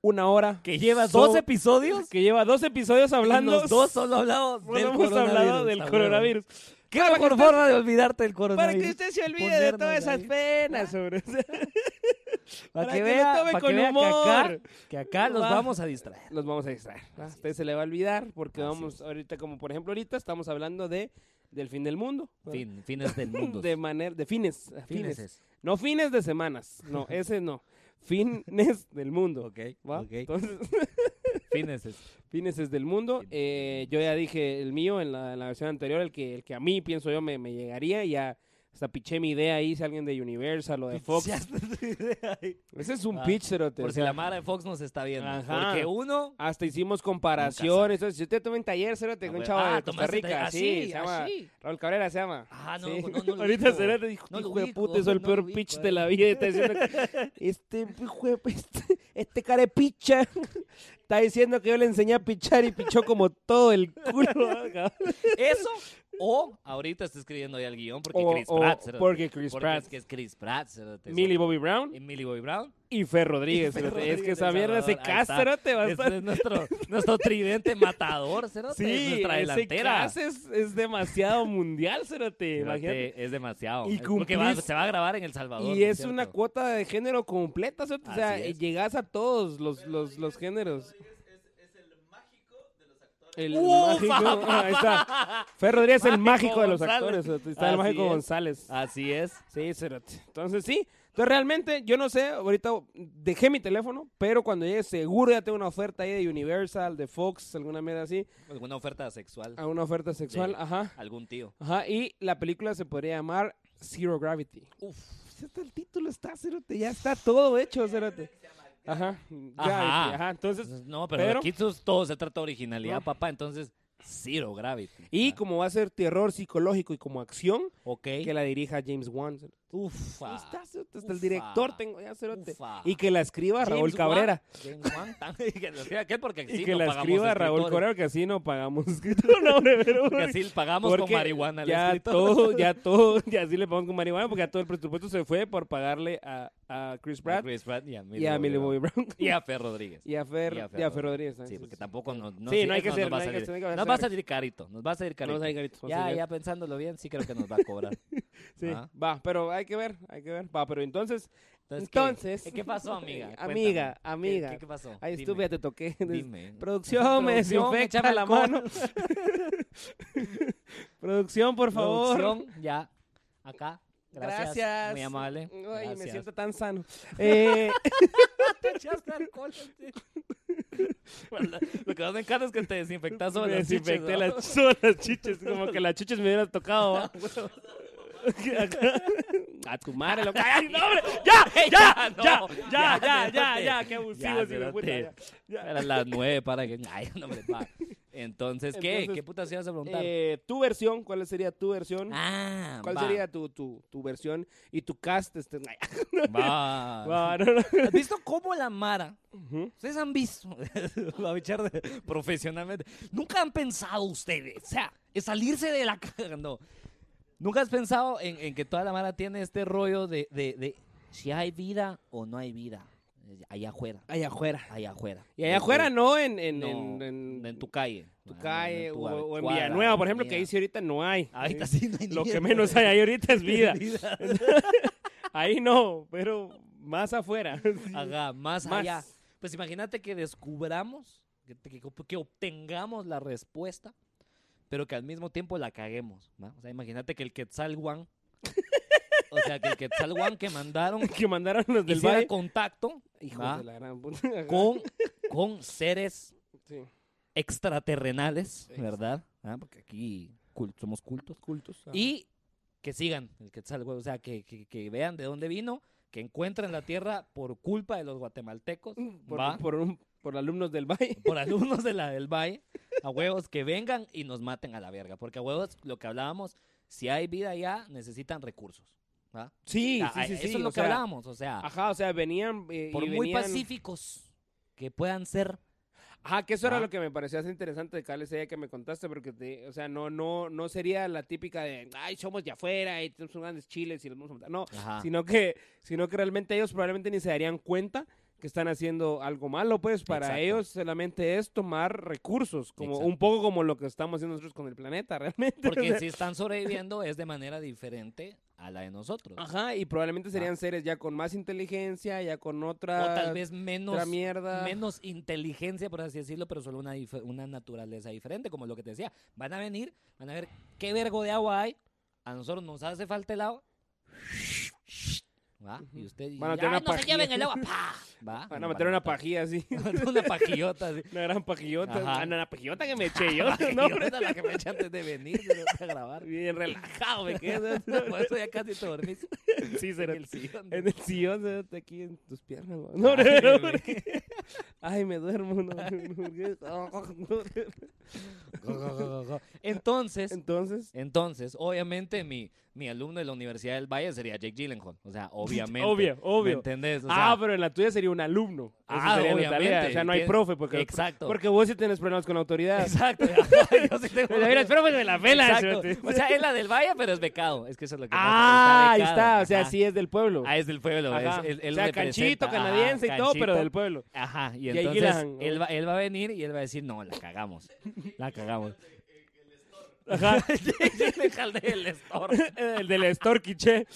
una hora. Que lleva so- dos episodios. Que lleva dos episodios hablando. y los dos solo hablamos solo del hemos hablado coronavirus, del a huevo. coronavirus. Qué Para que mejor usted- forma de olvidarte del Para que coronavirus. usted se olvide de todas esas Ponernos Ah. penas, sobre Para, para que que lo vea, tome para con que, vea que humor. acá, que acá los Va. vamos a distraer. Los vamos a distraer. ¿va? Así Usted se le va a olvidar porque Así vamos ahorita, como por ejemplo ahorita, estamos hablando de del fin del mundo. Fin, fines del mundo. De manera, de fines, a fines. fines. es. No fines de semanas, no, ese no. Fines del mundo. Ok, ¿va? ok. Entonces, Fines es. fines es del mundo. Fines del eh, yo ya dije el mío en la, en la versión anterior, el que, el que a mí pienso yo me, me llegaría. Ya hasta piché mi idea ahí, si alguien de Universal o de Fox. Ya está tu idea ahí. Ese es un Ah, pitch, cerote, o Por si sea, la Mara de Fox nos está viendo. Ajá. Porque uno. Hasta hicimos comparaciones. entonces, yo te tomé un taller, cerote, con un chavo de Costa Ah, tomaste- Ah, Rica. sí, así, se llama así. Raúl Cabrera se llama. Ah, no, Sí. no, no lo Ahorita ubico. Cerati dijo, No lo hijo de ubico, puta, es el no peor lo pitch ubico, de eh. la vida. y está diciendo que- este hijo de- este, este carepicha está diciendo que yo le enseñé a pichar y pichó como todo el culo. Eso. O ahorita está escribiendo ahí el guión porque O- Chris o Pratt. cerote. porque Chris Pratt. Es que es Chris Pratt. cerote. Millie Bobby Brown Y Millie Bobby Brown. y Fer Rodríguez. Fer cerote. Rodríguez es que esa del mierda se Salvador, ahí está. castra, te vas Este es nuestro, nuestro tridente matador, cerote, es Sí, nuestra ese delantera. cas es, es demasiado mundial, cerote. Cerote, Imagínate. es demasiado. Y Es Porque va- cumplís- se va a grabar en El Salvador. Y ¿no es una cierto? cuota de género completa, ¿cierto? O sea, Así es. llegas a todos los, los, los géneros. El ¡Ufa! mágico, ah, ahí está. Fer Rodríguez es el mágico Mágico de los González. actores. ¿cierto? Está el Así mágico es. Ah. González. Así es. Sí, cerote. Entonces, sí. Entonces, realmente, yo no sé, ahorita dejé mi teléfono, pero cuando llegue seguro ya tengo una oferta ahí de Universal, de Fox, alguna mierda así, Alguna oferta sexual. a una oferta sexual, Sí. ajá. Algún tío. Ajá, y la película se podría llamar Zero Gravity. Uf. Pues Ya está el título, está, Cerote, ya está todo hecho, Cerote. Ajá, Gravity, Ajá. ajá, entonces... No, pero, pero- aquí sus- todo se trata de originalidad, No. papá. Entonces, Zero Gravity. Y Ah, como va a ser terror psicológico y como acción, Ok. que la dirija James Wan. Cerote. Ufa. Ahí está, Cerote, hasta el Ufa. director tengo ya, Cerote. Ufa. Y que la escriba James Raúl Wan- Cabrera. James Wan también, que la escriba aquel porque Y sí que no la pagamos escriba Raúl escritores. Cabrera, que así no pagamos escritor. No, hombre, pero- Porque así pagamos con porque marihuana al ya escritor. todo, ya todo, ya sí le pagamos con marihuana, porque ya todo el presupuesto se fue por pagarle a, a Chris A Pratt Chris Pratt y a y a Millie Bobby Brown. Y a Fer Rodríguez. Y a Fer, y a Fer, Rodríguez. ¿eh? Sí, porque tampoco nos, no, Sí, sí, no hay eso que ser- nos va no a hay que salir. ser- no hay que Nos va a ser- salir carito, nos va a salir No, carito. o sea, Garito, sí, ya, ya. ya pensándolo bien, sí creo que nos va a cobrar. Sí, Ajá. va, pero hay que ver, hay que ver. Va, pero entonces, Entonces, ¿qué? Entonces- ¿qué, pasó, amiga? Cuéntame. Amiga, ¿Qué- amiga. ¿Qué, qué pasó? ahí Dime, estuve, te toqué. Dime. Producción, me Producción, desinfecta échame la alcohol. mano. Producción, por favor. Producción, ya. Acá. Gracias. Gracias. Muy amable. Ay, Gracias. me siento tan sano. Eh, Te echaste alcohol. sí. Bueno, Lo que más me encanta es que te desinfectas solo. me las chiches, desinfecté ¿no? las, solo las chiches, como que las chiches me hubieran tocado. ¿va? A tu madre, loco. ¡Ay, no, hombre! ¡Ya! ¡Ya! no, ¡Ya! ya, ¡Ya! ¡Ya! ¡Ya! cerote. ¡Ya! ¡Qué abusivo! Ya, sí, me puta, cerote. ya, ya. Eran las nueve para que. Ay, no me va. Entonces, ¿qué? Entonces, ¿Qué putas ibas a preguntar? Eh, tu versión, ¿cuál sería tu versión? ah, ¿Cuál va, sería tu, tu, tu versión y tu cast? Este... Va. Va, no, no. ¿Has visto cómo la Mara? Ujú. Ustedes han visto, va a echar de- profesionalmente. Nunca han pensado ustedes, o sea, es salirse de la caja, no. Nunca has pensado en, en que toda la Mara tiene este rollo de, de- de si hay vida o no hay vida. Allá afuera, Allá afuera. allá afuera. Y allá Desde- afuera no en, en, no, en, en- en tu calle. tu Ah, calle tu o, o en cuadra, Villanueva, por ejemplo, que avenida. ahí sí ahorita no hay. Ahorita Ahí- sí no hay Lo ni que mierda. menos hay ahí ahorita es vida. Vida. Ahí no, pero más afuera. Ajá, más, Más. allá. Pues imagínate que descubramos, que, que- que obtengamos la respuesta, pero que al mismo tiempo la caguemos. ¿va? O sea, imagínate que el Quetzal One, o sea, que el Quetzal One que mandaron Que mandaron los del hiciera valle. contacto Hijos ¿va? de la gran puta. Ajá. con, con seres Sí. extraterrenales, Ex- ¿verdad? Ah, Porque aquí cul- somos cultos. Cultos. ajá. Y que sigan el Quetzal, güey, o sea, que, que- que vean de dónde vino, que encuentren la tierra por culpa de los guatemaltecos, ¿va? Mm, por, por, un- por alumnos del valle. por alumnos de la del Valle, a huevos que vengan y nos maten a la verga. Porque a huevos, lo que hablábamos, si hay vida allá, necesitan recursos. ¿va? Sí, A- a- sí, sí, sí. Eso es lo o que sea, hablábamos, o sea, Ajá, o sea, venían eh, y por muy venían- pacíficos que puedan ser. Ajá, que eso era Ah. lo que me parecía así interesante de Carles ella que me contaste, porque, te- o sea, no, no, no sería la típica de, ay, somos de afuera y tenemos unos grandes chiles y los vamos a matar". No, Ajá. sino que, sino que realmente ellos probablemente ni se darían cuenta que están haciendo algo malo, pues para Exacto. ellos solamente es tomar recursos, como Exacto. un poco como lo que estamos haciendo nosotros con el planeta, realmente. o Porque sea, si están sobreviviendo es de manera diferente a, a la de nosotros. Ajá, y probablemente serían seres ya con más inteligencia, ya con otra, Ah. o tal vez menos, otra mierda. menos inteligencia, por así decirlo, pero solo una, dif- una naturaleza diferente, como lo que te decía. Van a venir, van a ver qué vergo de agua hay. A nosotros nos hace falta el agua. ¿Va? Y Ujú. usted dice, Van a "Ay, tener una no se pajilla". lleven el agua. ¡Pah! ¿Va? Van Y a meter una matar. pajilla así. una pajillota. así. Una gran pajillota. Ajá. Ah, no, una pajillota que me eché yo. no, hombre. Pajillota, la que me eché antes de venir a grabar. Bien relajado me quedé. Por eso ya casi te dormís Sí, en será. el sillón. En el sillón, cerote, aquí en tus piernas. güey. No, hombre, Ay, no, güey. hombre. Ay, me duermo. no, no, porque- Go, go, go, go, go. Entonces, Entonces, entonces, obviamente mi, mi alumno de la Universidad del Valle sería Jake Gyllenhaal. O sea, obviamente. obvio, ¿Me obvio. entendés? O ah, sea, pero en la tuya sería un alumno. Eso Ah, sería la obviamente, tarea. O sea, no hay que- profe. Porque, exacto. porque vos sí tenés problemas con la autoridad. Exacto. Yo sí tengo- Pero mira, el profe me la pela. Exacto. cerote. O sea, es la del Valle, pero es becado. Es que eso es lo que pasa. Ah, ahí becado. está. O sea, Ajá. sí es del pueblo. Ah, es del pueblo. es- Ajá. él- él o sea, representa, canchito, ajá, canadiense y todo, pero canchito. del pueblo. Ajá, y Y ahí entonces Gyllenhaal, ¿no? él, va, él va a venir y él va a decir, no, la cagamos, la cagamos. Ajá. Gyllenhaal del store. el del store Quiche.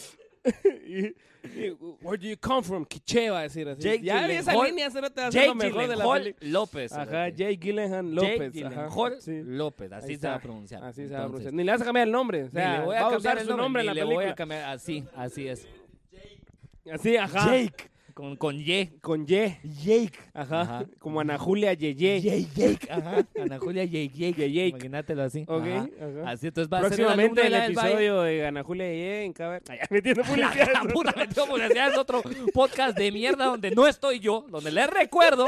Y- y, Where do you come from? Quiche va a decir así. Jake ya esa Gyllenhaal- línea se te va a hacer Jake lo mejor de la Gyllenhaal peli. López. Ajá, Jake Jake Gyllenhaal López. ajá, Gyllenhaal sí. López, Ahí así se va a está. pronunciar. Así se va a pronunciar. Entonces, Ni le vas a cambiar el nombre. O sea, ni le voy a va a cambiar usar el su nombre en la ni le voy a película. cambiar, así, así es. Así, ajá. Jake. Con, con Y. Con Y. Jake. Ajá. Ajá. Como Ana Julia Yeye. Jake, Jake. Ajá, Ana Julia Jake, Jake. Jake. Imagínatelo así. Ok. ajá. ajá. Así, entonces va a ser el alumno Próximamente de el la del Valle. episodio de Ana Julia Yeye en cada... Ay, ya, metiendo publicidad. La puta, me tengo publicidad, es otro podcast de mierda donde no estoy yo, donde les recuerdo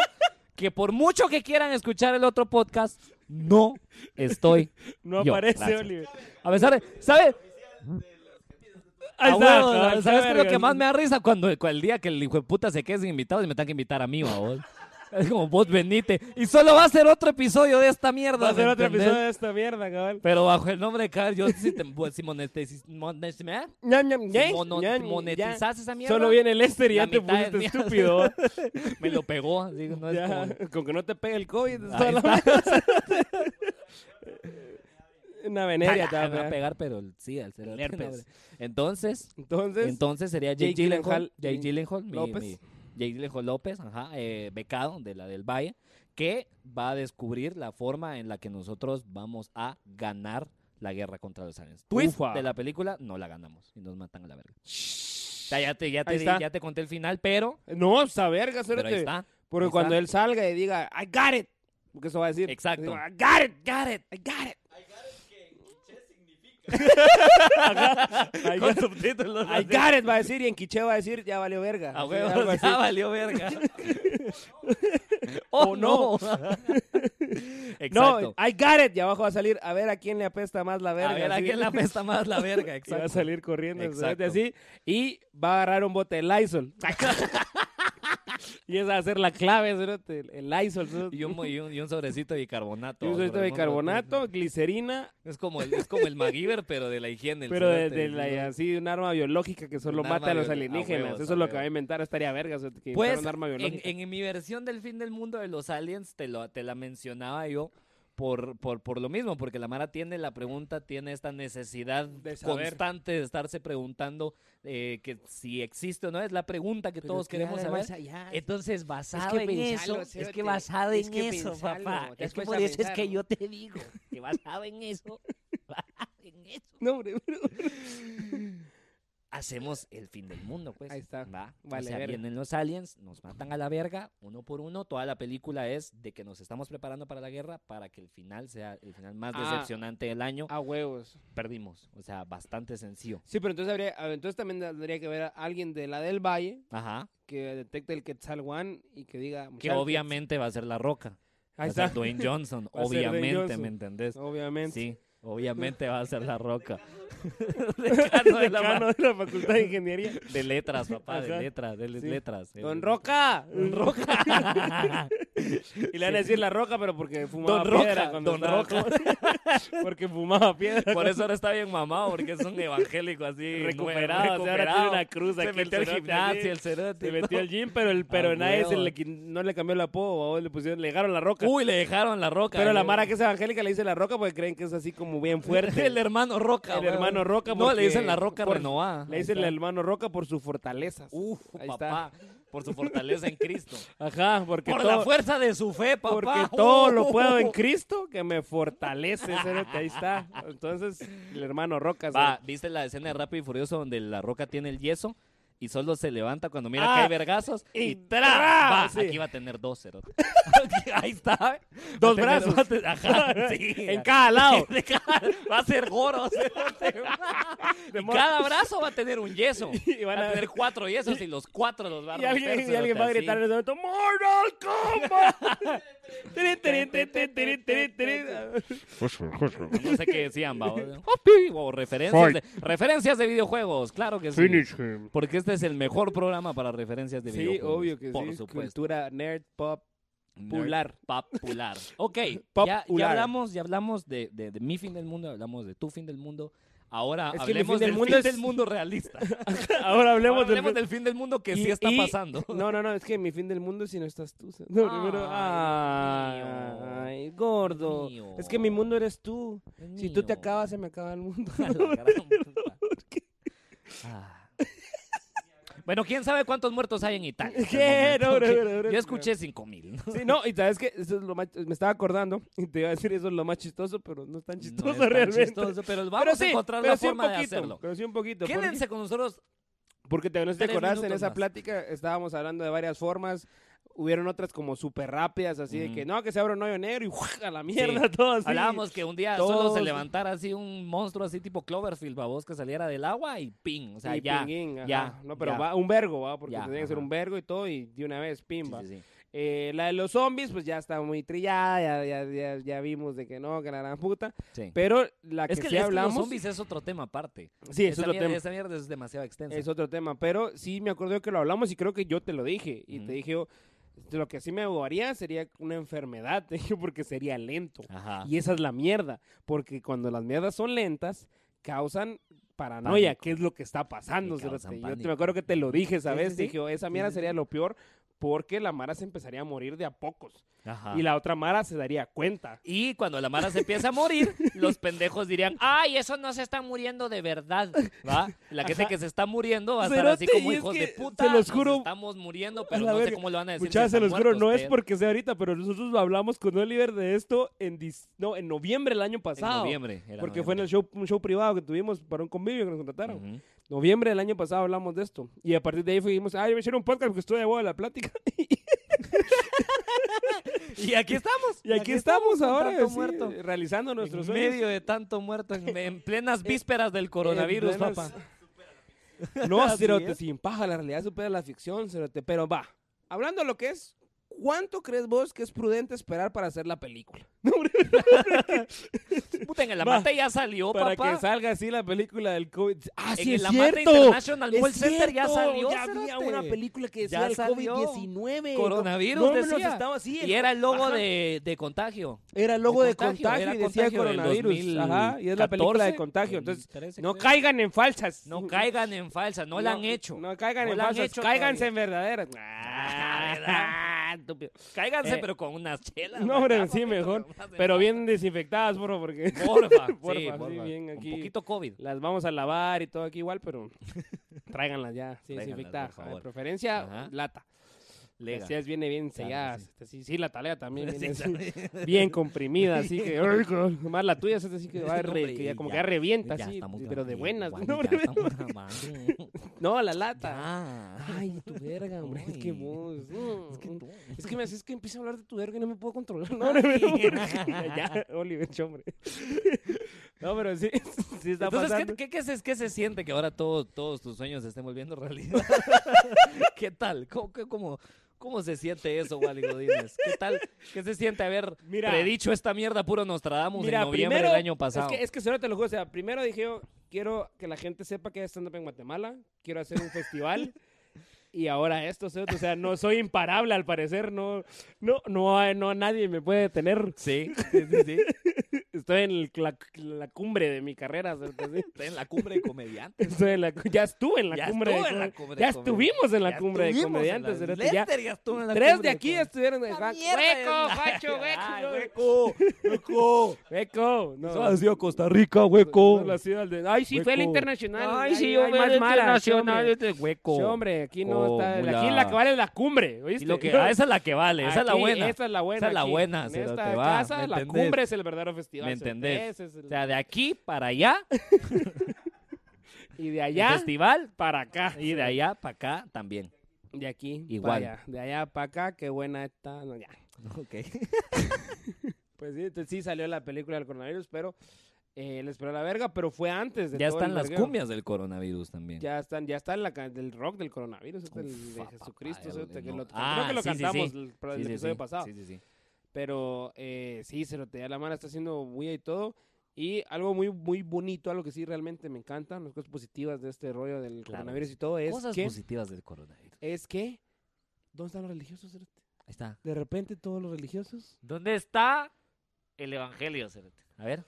que por mucho que quieran escuchar el otro podcast, no estoy. No Yo, aparece gracias. Oliver. A pesar de, ¿sabes? Ahí A está, Ah, huevo, ahí está, ¿Sabes qué es lo verga. que más me da risa? Cuando cuando el día que el hijo de puta se quede sin invitados y me tengan que invitar a mí, babos. Es como vos venite. Y solo va a ser otro episodio de esta mierda. Va a ser ¿me otro entendés? episodio de esta mierda, cabal. Pero bajo el nombre de Carl, yo si te si monete- si mones- ¿eh? Ñam, ñam, Si ñam, mono- ñam, ya. monetizás esa mierda. Solo viene el Lester y La ya te mitad es pusiste mía. estúpido. Me lo pegó. así, no es Ya, como- Con que no te pegue el COVID. es Ahí toda la está. m- Una veneria te va a Ah, Me va pegar. pegar, pero el- sí, al cerote, herpes. no, hombre. Entonces, Entonces, entonces sería Jake Jake Gyllenhaal, Gyllenhaal, Jake Gyllenhaal, mi- López. mi- Jake Gyllenhaal López, ajá, eh, becado de la del Valle, que va a descubrir la forma en la que nosotros vamos a ganar la guerra contra los aliens. Twist Ufa. de la película, no la ganamos y nos matan a la verga. O sea, ya te, ya te Ahí di- está. ya te conté el final, pero, no, esa verga, pero ahí suerte. está. Porque ahí cuando está. él salga y diga, I got it. Porque eso va a decir. Exacto. Digo, I got it, got it, I got it. I got it subtítulos. I got it, va a decir. Y en quiche va a decir, ya valió verga. A Así, huevo, algo así. ya valió verga. oh, O no. no. Exacto. No, I got it. Y abajo va a salir, a ver a quién le apesta más la verga. a ver, ¿a así. quién le apesta más la verga? Y va a Exacto. salir corriendo Exacto. exactamente así y va a agarrar un bote de Lysol. y esa va a ser la clave, cerote, el- el Lysol. cerote. Y un, y un- y un sobrecito de bicarbonato. Y un sobrecito Por de algún motivo. este bicarbonato, glicerina, Es como, el- es como el MacGyver, pero de la higiene. el pero de, cerote, de ¿no? la, así un arma biológica que solo Un arma mata a los biolo- a alienígenas. huevos, Eso a es lo que va a huevos. inventar, estaría verga, cerote, que Pues, inventar un arma en, biológica. en mi versión del fin del mundo de los aliens, te, lo, te la mencionaba yo por, por, por lo mismo, porque la Mara tiene la pregunta, tiene esta necesidad De saber. constante de estarse preguntando eh, que si existe o no, es la pregunta que todos queremos saber. Entonces, basado en pensalo, eso, es que cerote, basado es en que eso, pensalo, papá. te Es que has por puesto a eso es que pensarlo. yo te digo, que basado en eso, basado en eso, No, hombre, pero- hacemos el fin del mundo, pues. Ahí está. ¿va? O Vale, sea, verga. vienen los aliens, nos matan a la verga, uno por uno. Toda la película es de que nos estamos preparando para la guerra para que el final sea el final más Ah. decepcionante del año. A huevos. Perdimos. O sea, bastante sencillo. Sí, pero entonces, habría, ah, entonces también tendría que haber a alguien de la del Valle Ajá. que detecte el Quetzalhuán y que diga... Que "Muchachos, obviamente va a ser La Roca. Va Ahí a ser está. Dwayne Johnson. Va a ser Dwayne obviamente, Johnson. ¿me entendés? Obviamente. Sí, obviamente va a ser La Roca. Decano de, la Decano ma- de la Facultad de Ingeniería. de letras, papá, de Ajá. letras, de les- Sí. letras. Don El- Roca. Don Roca. Y le van a decir la roca, pero porque fumaba Don Roca, piedra. cuando Don estaba Roca. joven. porque fumaba piedra. Por eso ahora está bien mamado, porque es un evangélico así recuperado. nuevo, o sea, ahora tiene recuperado. una cruz se aquí. metió el al cerote, así. gimnasio, el cerote. Se y todo. metió al gym, pero, el, pero Ah, nadie se huevo. le, qui- no le cambió el apodo. babos, Le pusieron, le dejaron la roca. Uy, le dejaron la roca. pero la güey. mara que es evangélica le dice la roca porque creen que es así como bien fuerte. El hermano roca, El güey, hermano Roca. No, le dicen porque- la roca por- renovada. Le Ahí dicen está. el hermano Roca por sus fortalezas. Uf, Ahí está. papá, por su fortaleza en Cristo. Ajá, porque por todo, la fuerza de su fe, papá. porque todo lo puedo en Cristo que me fortalece. cerote, Ahí está. Entonces, el hermano Roca. Va, cerote. ¿viste la escena de Rápido y Furioso donde la roca tiene el yeso? Y solo se levanta cuando mira que Ah, hay vergazos y y ¡tra! Va, sí. Aquí va a tener dos, cerote. Ahí está. va a Dos tener- brazos. va a te- Ajá, sí. En cada lado. De cada- Va a ser goro, cerote. Y modo- cada brazo va a tener un yeso. Y van va a a- tener cuatro yesos y los cuatro los va a Y romper, alguien, y cerote, alguien va a así. gritar en ese momento, ¡Mortal Kombat! Tirin, tirin, tirin, tirin, tirin, tirin, tirin. No sé qué decían, va. Hopi, O referencias de, referencias de videojuegos, claro que sí. Porque este es el mejor programa para referencias de Sí, videojuegos. obvio que por sí. supuesto. Cultura nerd, pop, Nerd pular. Popular. Ok, Popular. Ya, ya hablamos, ya hablamos de, de- de mi fin del mundo, hablamos de tu fin del mundo. Ahora Es que mi hablemos fin del del mundo fin es- del mundo realista. Ahora Ahora hablemos del... hablemos del fin del mundo que Y- sí está y- pasando. No, no, no, es que mi fin del mundo es si no estás tú. No, primero, Ay, Dios mío. ay, gordo. Dios Es que mi mío. mundo eres tú. Si tú te Mío. acabas, se me acaba el mundo. A la gran puta. Ah. Bueno, quién sabe cuántos muertos hay en Italia. hasta el ¿Qué? momento, No, no, que no, no, no. Yo escuché 5000. Sí, no, y sabes que eso es lo más, me estaba acordando y te iba a decir eso es lo más chistoso, pero no es tan chistoso No es tan realmente. chistoso, pero vamos pero a sí, encontrar pero la sí un forma de poquito, hacerlo. Pero sí un poquito. porque- Quédense con nosotros. Porque te, no sé si te Tres acordás, en minutos esa más. plática estábamos hablando de varias formas. Hubieron otras como súper rápidas, así de que no, que se abre un hoyo negro y ¡guau! a la mierda todo así. Hablábamos que un día solo Todos- se levantara así un monstruo así tipo Cloverfield, babos, que saliera del agua y ping. O sea, Y ya. pinguín, ajá. ya, No, pero ya. va un vergo, ¿va? Porque Ya, tenía que ser ajá. un vergo y todo, y de una vez, Sí, pimba. sí, sí. Eh, la de los zombies, pues ya está muy trillada, ya, ya, ya, ya vimos de que no, que la gran puta. Sí. Pero la que, Es que, sí es que hablamos. los zombies es otro tema aparte. Sí, es Esa otro mierda- tema. Esa mierda es demasiado extensa. Es otro tema. Pero sí me acuerdo que lo hablamos y creo que yo te lo dije. Y Ujú. te dije, yo, lo que sí me abogaría sería una enfermedad, te dije, porque sería lento. Ajá. Y esa es la mierda. Porque cuando las mierdas son lentas, causan paranoia, Pánico. que es lo que está pasando. Sí, causan cerote. Yo te pánico. me acuerdo que te lo dije esa Sí, sí, vez. sí. Dije, "Oh, esa Sí, mierda sí, sería sí. lo peor. Porque la Mara se empezaría a morir de a pocos. Ajá. Y la otra Mara se daría cuenta. Y cuando la Mara se empieza a morir, los pendejos dirían, ay, eso no se está muriendo de verdad, ¿va? La gente Ajá. que se está muriendo va a estar Cerote, así como y es hijos que de puta. se los nos juro, estamos muriendo, a pero la no sé verga, cómo lo van a decir. si Muchachos, se están los juro, muertos, no es pero porque sea ahorita, pero nosotros hablamos con Oliver de esto en, dis- no, en noviembre del año En pasado. noviembre. era Porque fue en el noviembre. show, un show privado que tuvimos para un convivio que nos contrataron. Ujú. Noviembre del año pasado hablamos de esto. Y a partir de ahí fuimos, ah, yo me hicieron un podcast porque estoy de boda de la plática. Y aquí estamos. Y aquí, estamos, con ahora, tanto sí, muerto. realizando nuestros En sueños. medio de tanto muerto, en, en plenas vísperas del coronavirus, En plenas- papá. No, Así Cerote, es. sin paja, la realidad supera la ficción, Cerote. Pero va, hablando de lo que es, ¿cuánto crees vos que es prudente esperar para hacer la película? Puta, en el Va, Amate ya salió, para papá. que salga así la película del COVID. ¡Ah, En sí, el es Amate cierto! International ¡Es Mall Center ya cierto! salió, Ya había cerote. una película que Ya decía el salió. COVID-19. Coronavirus, no, no, nos decía. estaba así. Y era el logo Ajá. de, de contagio. Era el logo De de, contagio, contagio, era y decía contagio del coronavirus. 2014, Ajá, y es la película de contagio. del Entonces, 13, no creo. caigan en falsas. No caigan en falsa, no, la han hecho. No caigan No en la han falsas, hecho cáiganse todavía. en verdaderas. Ah, Estúpido. Cáiganse, Eh, pero con unas chelas. ¿verdad, No, hombre, sí, papito? mejor. Con unas de- Pero bien desinfectadas, por favor, porque Porfa, sí, Porfa, sí, porfa. bien aquí. Un poquito COVID. las vamos a lavar y todo aquí igual, pero tráiganlas ya, sí, Tráiganlas, desinfectadas. por De favor. preferencia, Ajá. lata. Lega. Así es, viene bien Claro que sellada. sí. este, sí. sí, la tarea también. Sí, viene así, sí. bien comprimida, así que. ay, cabrón, Más la tuya, es así que, va a No, re- hombre, que ya como ya. que ya revienta, Ya así, estamos pero de grabando, buenas. Juan, no, ya hombre, estamos Ah. grabando. no, la lata. Ya. Ay, tu verga, hombre. Es Ay. que vos. mm, Es que tú. Es que me haces que empiezo a hablar de tu verga y no me puedo controlar. No, hombre, pero porque- ya, Oliver, che, hombre. No, pero sí, sí está Entonces, pasando. ¿qué, qué, qué se, qué se siente que ahora todo- todos tus sueños se estén volviendo realidad? ¿Qué tal? ¿Cómo, qué- cómo, cómo se siente eso, Wally Godínez? ¿Qué tal? ¿Qué se siente haber Mira. predicho esta mierda puro Nostradamus en noviembre del año pasado? Es que, es que solo te lo juro. O sea, primero dije yo, quiero que la gente sepa que hay stand-up en Guatemala. Quiero hacer un festival. Y ahora esto, o sea, o sea, no soy imparable al parecer, no, no, no, hay- no, nadie me puede detener. Sí, sí, sí. sí. Estoy en el- la, la cumbre de mi carrera. o sea, que sí. Estoy en la cumbre de comediantes. Estoy en la cu- ya estuve en la Ya cumbre. estuve de en la comed- cumbre de ya comedia. estuvimos en la Ya cumbre de estuvimos en la- comediantes. cerote, ya. Lester ya estuvo en la Tres cumbre de aquí comedia. estuvieron en ¡La Juan- mierda de- ¡Hueco, Facho, Ay, hueco! hueco! ¡Hueco! ¡Hueco! No, Eso ha sido Costa Rica, hueco. no, la ciudad de- ¡Ay, sí, fue el Hueco. internacional! hombre, más malas, sí, internacional, hombre. este hueco. Sí, hombre, aquí no Hueco, está... mula. Aquí la que vale es la cumbre, Y ¿oíste? lo que, ah, esa es la que vale, esa es la Aquí, buena. Esa es la buena. Esa es la aquí. buena, En se lo esta te va, casa, ¿me la entendés? cumbre es el verdadero festival. ¿Me se lo- entendés? ese es el- O sea, de aquí para allá, y de el allá festival, para acá. y de allá para acá también. De aquí. Igual. Para allá. De allá para acá, qué buena está. No, ya. Ok. Pues sí, entonces sí salió la película del coronavirus, pero eh, les esperó la verga, pero fue antes de Ya todo están el las vergueo. cumbias del coronavirus también. Ya están, ya está en la can- del rock del coronavirus, este, Ufa, el de papá, Jesucristo, el- cerote, que ah, no. lo- Ah, creo que lo sí, sí, sí. cantamos el, pro- el Sí, sí, episodio sí. pasado. Sí, sí, sí. Pero eh, sí, Cerote, ya la mala está haciendo bulla y todo. Y algo muy, muy bonito, algo que sí realmente me encanta, las cosas positivas de este rollo del Claro. coronavirus y todo, es Cosas que, positivas del coronavirus. es que, ¿dónde están los religiosos, Cerote? Ahí está. De repente todos los religiosos. ¿Dónde está el evangelio, Cerote? A ver.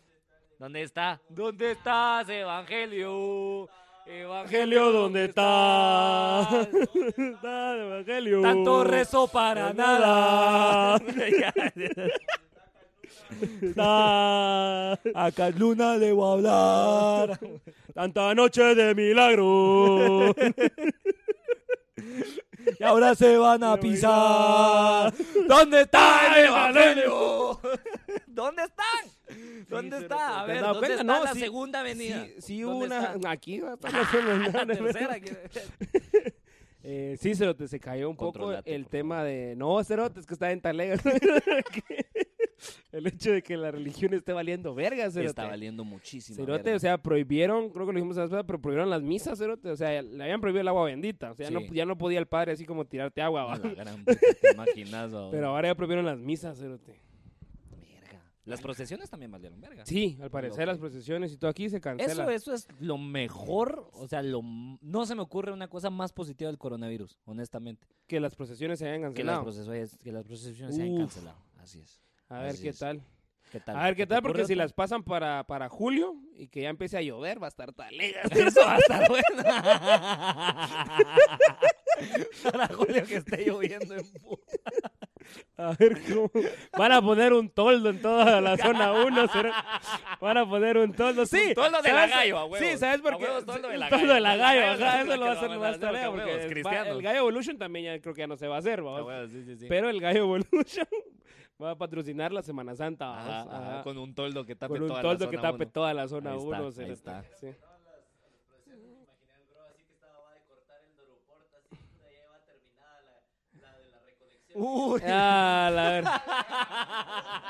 ¿Dónde está? ¿Dónde estás, evangelio? Evangelio, ¿dónde está? estás? está el Evangelio? Tanto rezo para nada. nada. Ah, Acá Luna le voy a hablar. Tanta noche de milagro. Y ahora se van a pisar. ¿Dónde está el evangelio? ¿Dónde están? ¿Dónde sí, está? A ¿te has ver, dado ¿dónde cuenta? está No, la sí, segunda avenida? sí, sí hubo ¿Dónde una... está? Ah, Aquí va a estar la segunda, La ¿verdad? tercera. que- Eh, sí, Cerote, se cayó un poco Controlate, el por tema de... No, Cerote, es que está en talega. el hecho de que la religión esté valiendo verga, Cerote. Está valiendo muchísimo. Cerote, o sea, prohibieron, creo que lo dijimos la vez pasada, pero prohibieron las misas, Cerote. O sea, le habían prohibido el agua bendita. O sea, no- Sí. ya no podía el padre así como tirarte agua. ¿va? la gran puta, qué maquinazo. Pero ahora ya prohibieron las misas, Cerote. Verga. Las procesiones también valieron verga. Sí, al parecer que- las procesiones y todo aquí se cancela. Eso, eso es lo mejor, o sea, lo, m- no se me ocurre una cosa más positiva del coronavirus, honestamente. Que las procesiones se hayan Que las, cancelado. procesiones, que las procesiones se hayan Uf. cancelado. Así es. A ver Así qué es. tal. ¿Qué tal? A ver qué ¿Se te tal, porque ocurre si otra? las pasan para, para julio y que ya empiece a llover, va a estar talega. Eso va a estar bueno. Para Julio que esté lloviendo en puta. A ver cómo. Van a poner un toldo en toda la zona 1. Van a poner un toldo. Sí. Un toldo de la ¿sabes? gallo, a huevos. Sí, ¿sabes por A qué? huevos, toldo de la Un toldo de la gallo. gallo, A huevos, ajá, es la que Eso lo va lo a hacer van a más hacer, a tarea. huevos, Porque el- va- cristianos. el gallo Evolution también ya creo que ya no se va a hacer. vamos. Ah, sí, sí, sí. Pero el gallo Evolution va a patrocinar la Semana Santa. vamos. Ajá, ajá, Ajá. Con un toldo que tape Con un toda toldo la que zona tape uno. toda la zona Ahí está, 1. ahí está. Uy, Ah, la verdad.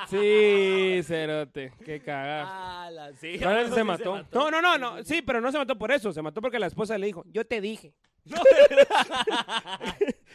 Sí, cerote. Qué cagada. Ah, a la- sí, Probablemente sí se mató. No, no, no, no. Sí, pero no se mató por eso. Se mató porque la esposa le dijo, yo te dije.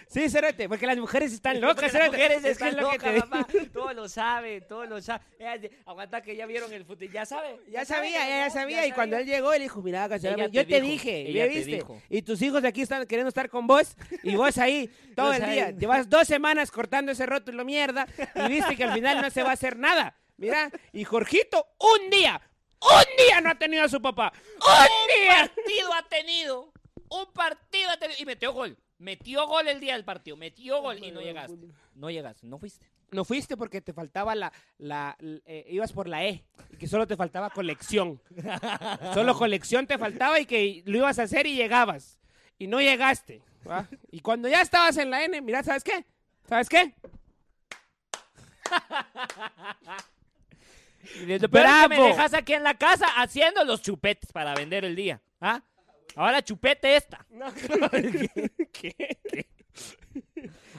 sí, cerote, porque las mujeres están locas, Las cerote. mujeres Es que es están lo que te dije. locas, papá. Todos lo saben, todos lo saben. Ellas de- Aguanta que ya vieron el fútbol. Ya saben. Ya sabía, ya, ya sabía. Y cuando él llegó, él dijo, mira, Gacha, Ella yo te te dijo, dije, ella ¿me te viste? dijo. Y tus hijos aquí están queriendo estar con vos y vos ahí todo Los el ahí. día. Llevas dos semanas cortando ese rótulo mierda y viste que al final no se va a hacer nada. Mira, y Jorgito, un día, un día no ha tenido a su papá. ¡Un día! partido ha tenido. Un partido ha tenido. Y metió gol. Metió gol el día del partido. Metió gol y no llegaste. No llegaste, no fuiste. No fuiste porque te faltaba la, la, l- eh, ibas por la E y que solo te faltaba colección. Solo colección te faltaba y que lo ibas a hacer y llegabas y no llegaste. ¿va? Y cuando ya estabas en la N, mira, ¿sabes qué? ¿Sabes qué? Pero me ¡Bravo! dejas aquí en la casa haciendo los chupetes para vender el día. ¿Ah? Ahora chupete esta. ¿Qué?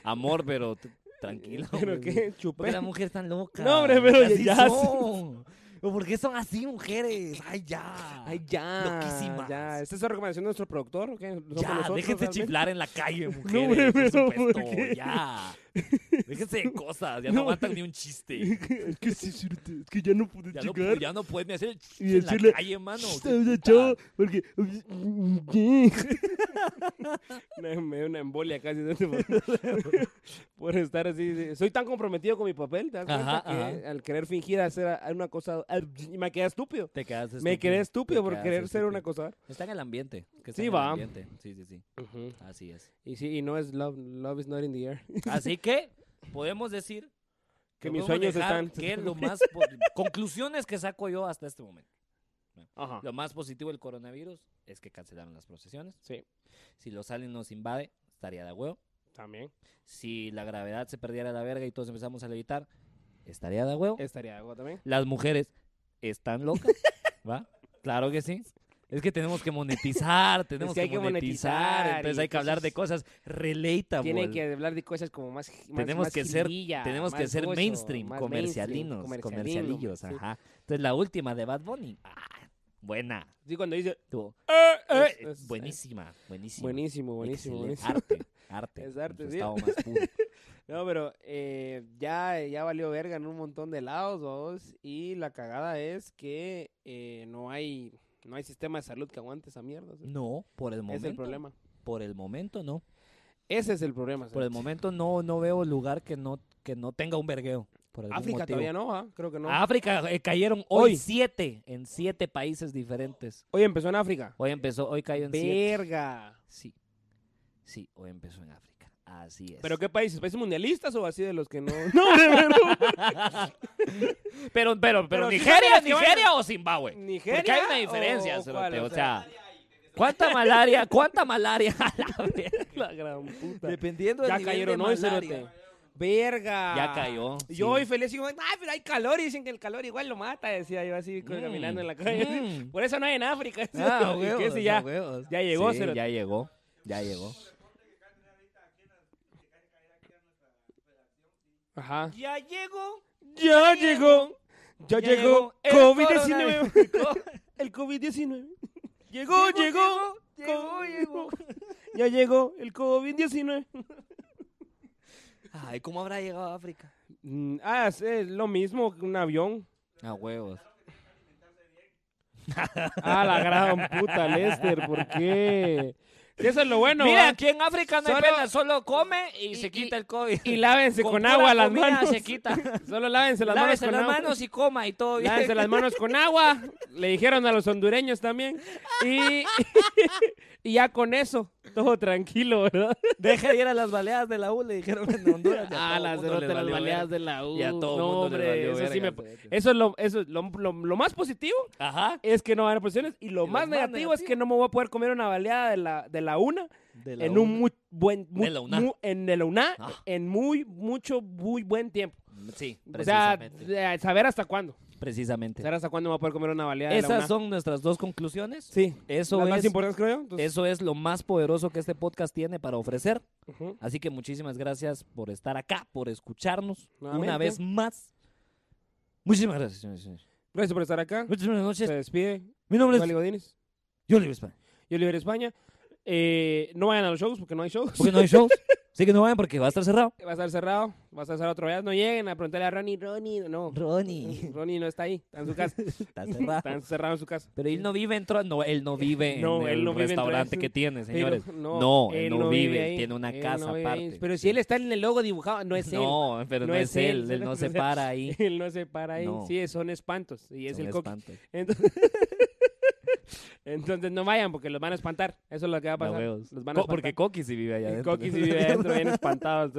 Amor, pero t- tranquilo. ¿Pero hombre. qué? ¿Por qué Chupé. las mujeres tan locas? No, hombre, pero Así ya- son. ¿O ¿Por qué son así mujeres? Ay, ya. Ay, ya. Loquísimas. Ya. ¿Esta es la recomendación de nuestro productor? o qué? ¿Somos ya, nosotros déjense realmente? chiflar en la calle, mujeres. hombre, por pero ¿por supuesto, qué? ya. Déjense de cosas, ya no, No. aguantan ni un chiste. es que sí, es cierto, es que ya no pude Ya no, llegar. ya no pueden ni hacer el Y chiste en la decirle, calle, mano. Shh, qué oye, puta. chavo, porque... Me- me dio una embolia casi de este por- por estar así. de- Soy tan comprometido con mi papel, ¿te das cuenta? Ajá, que al querer fingir hacer a- una cosa... al- y Me quedé estúpido. Te quedas me quedé te estúpido por quedas querer ser una estúpido. cosa. Está en el ambiente. que está Sí, en el va. ambiente. Sí, sí, sí. Así es. Y sí, y no es love, love is not in the air. Así que podemos decir Que mis podemos sueños dejar están... Que es lo más po- conclusiones que saco yo hasta este momento. Ajá. Lo más positivo del coronavirus es que cancelaron las procesiones. Sí, Si los aliens nos invade, estaría de huevo. también. Si la gravedad se perdiera la verga y todos empezamos a levitar, estaría de huevo. Estaría agua también. Las mujeres están locas, ¿va? Claro que sí. Es que tenemos que monetizar, tenemos que que, hay que monetizar, monetizar, entonces y hay que hablar de entonces cosas relatable. Tienen que hablar de cosas como más... más tenemos más que ser jiribilla, Tenemos que más ser gozo, mainstream, más mainstream, comercialinos, comercialino, comercialillos, sí. ajá. Entonces la última de Bad Bunny, ah, buena, Sí, cuando dice... tú, "Eh, eh", es- es es- buenísima, buenísima. Buenísimo, buenísimo, Excelente. buenísimo. Arte, arte. Es en arte, su sí. estado más puro. No, pero eh, ya, ya valió verga en un montón de lados, vos. Y la cagada es que eh, no hay no hay sistema de salud que aguante esa mierda. ¿sí? No, por el es momento. el problema. Por el momento no. Ese es el problema. Por el ¿sí? momento no, no veo lugar que no, que no tenga un vergueo. Por algún África motivo. todavía no, ¿ah? creo que no. A África eh, cayeron hoy, Hoy. siete en siete países diferentes. Hoy empezó en África. Hoy empezó, hoy cayó en siete. Verga. Sí, sí, hoy empezó en África. Así es. ¿Pero qué países? ¿Países mundialistas o así de los que no? No, de verdad. pero, pero, pero, Pero sí Nigeria, sabías que van- Nigeria o Zimbabwe. Nigeria. Porque hay una diferencia, o, cerote, cuál? o sea, ¿cuánta malaria? ¿Cuánta malaria? A la verga. la gran puta. Dependiendo Ya cayeron hoy, cerote. Verga. Ya cayó, Yo sí. hoy feliz, digo, ay, pero hay calor y dicen que el calor igual lo mata, decía yo Mm. así co- caminando en la calle. Por eso no hay en África. Ah, Y que huevos, ese ah, ya, huevos. ya llegó, Sí, cerote. ya llegó, ya llegó. Ajá. Ya llegó. Ya llegó. Ya, llegó, COVID-19. coronavirus. El COVID-19. Llegó, llegó. Llegó, co- llegó. Ya llegó el COVID-19. Ay, ¿cómo habrá llegado a África? Mm, Ah, es es lo mismo que un avión. A huevos. Ah, la gran puta, Lester, ¿por qué? Si Eso es lo bueno. Mira, ¿va? aquí en África no hay Solo- pena, solo come y, y- se y- quita el COVID. Y lávense con, Con pura agua las comida manos. se quita. Solo lávense las Lávese manos con las agua. manos y coma y todo bien. Lávense las manos con agua. Le dijeron a los hondureños también. Y, y ya con eso, todo tranquilo, ¿verdad? Deja de ir a las baleadas de la U, le dijeron en Honduras. y a todo Ah, las mundo les derrotas, las valió baleadas verga. de la U. Y a todo no, mundo les hombre, valió eso sí me... verga, pues. cerote. Eso es, lo, eso es lo, lo- lo más positivo, Ajá. es que no van a posiciones. Y lo Y lo más más negativo, es que no me voy a poder comer una baleada de la, de la una De la en U. un muy buen... muy- De la UNA. muy- en de la UNA, Ah. en muy, mucho, muy buen tiempo. Mm, Sí, O sea, precisamente. eh, saber hasta cuándo. precisamente. Saber hasta cuándo me voy a poder comer una baleada de la Esas UNA. son nuestras dos conclusiones. Sí. Eso Las es, más importantes, creo yo. Entonces, eso es lo más poderoso que este podcast tiene para ofrecer. ujú. Así que muchísimas gracias por estar acá, por escucharnos una Nuevamente. vez más. Muchísimas gracias, señores. y señores. Gracias por estar acá. Muchas buenas noches. Se despide. Mi nombre Vale es Godínez. Yoli España. Yo Oliver España. Eh, no vayan a los shows porque no hay shows. Porque no hay shows. Así que no vayan porque va a estar cerrado. Va a estar cerrado. Va a estar cerrado otra vez. No lleguen a preguntarle a Ronnie. Ronnie, no. Ronnie. Ronnie no está ahí. Está en su casa. Está está cerrado. cerrado en su casa. Pero él no vive en Tro- no, él no vive en No, el él no vive en restaurante Tro- que tiene, señores. Pero no, él no vive, tiene una casa vive ahí. aparte. Pero si él está en el logo dibujado, no es él. no, pero no, es él, él no se o sea, para ahí. Él no se para ahí. No. Sí, son espantos. Y es Son el coqui. espantos. Entonces... Entonces no vayan porque los van a espantar. Eso es lo que va a No, pasar. huevos. Los van a Co- porque espantar. Coqui sí vive allá. El adentro. Coqui sí vive adentro bien espantado.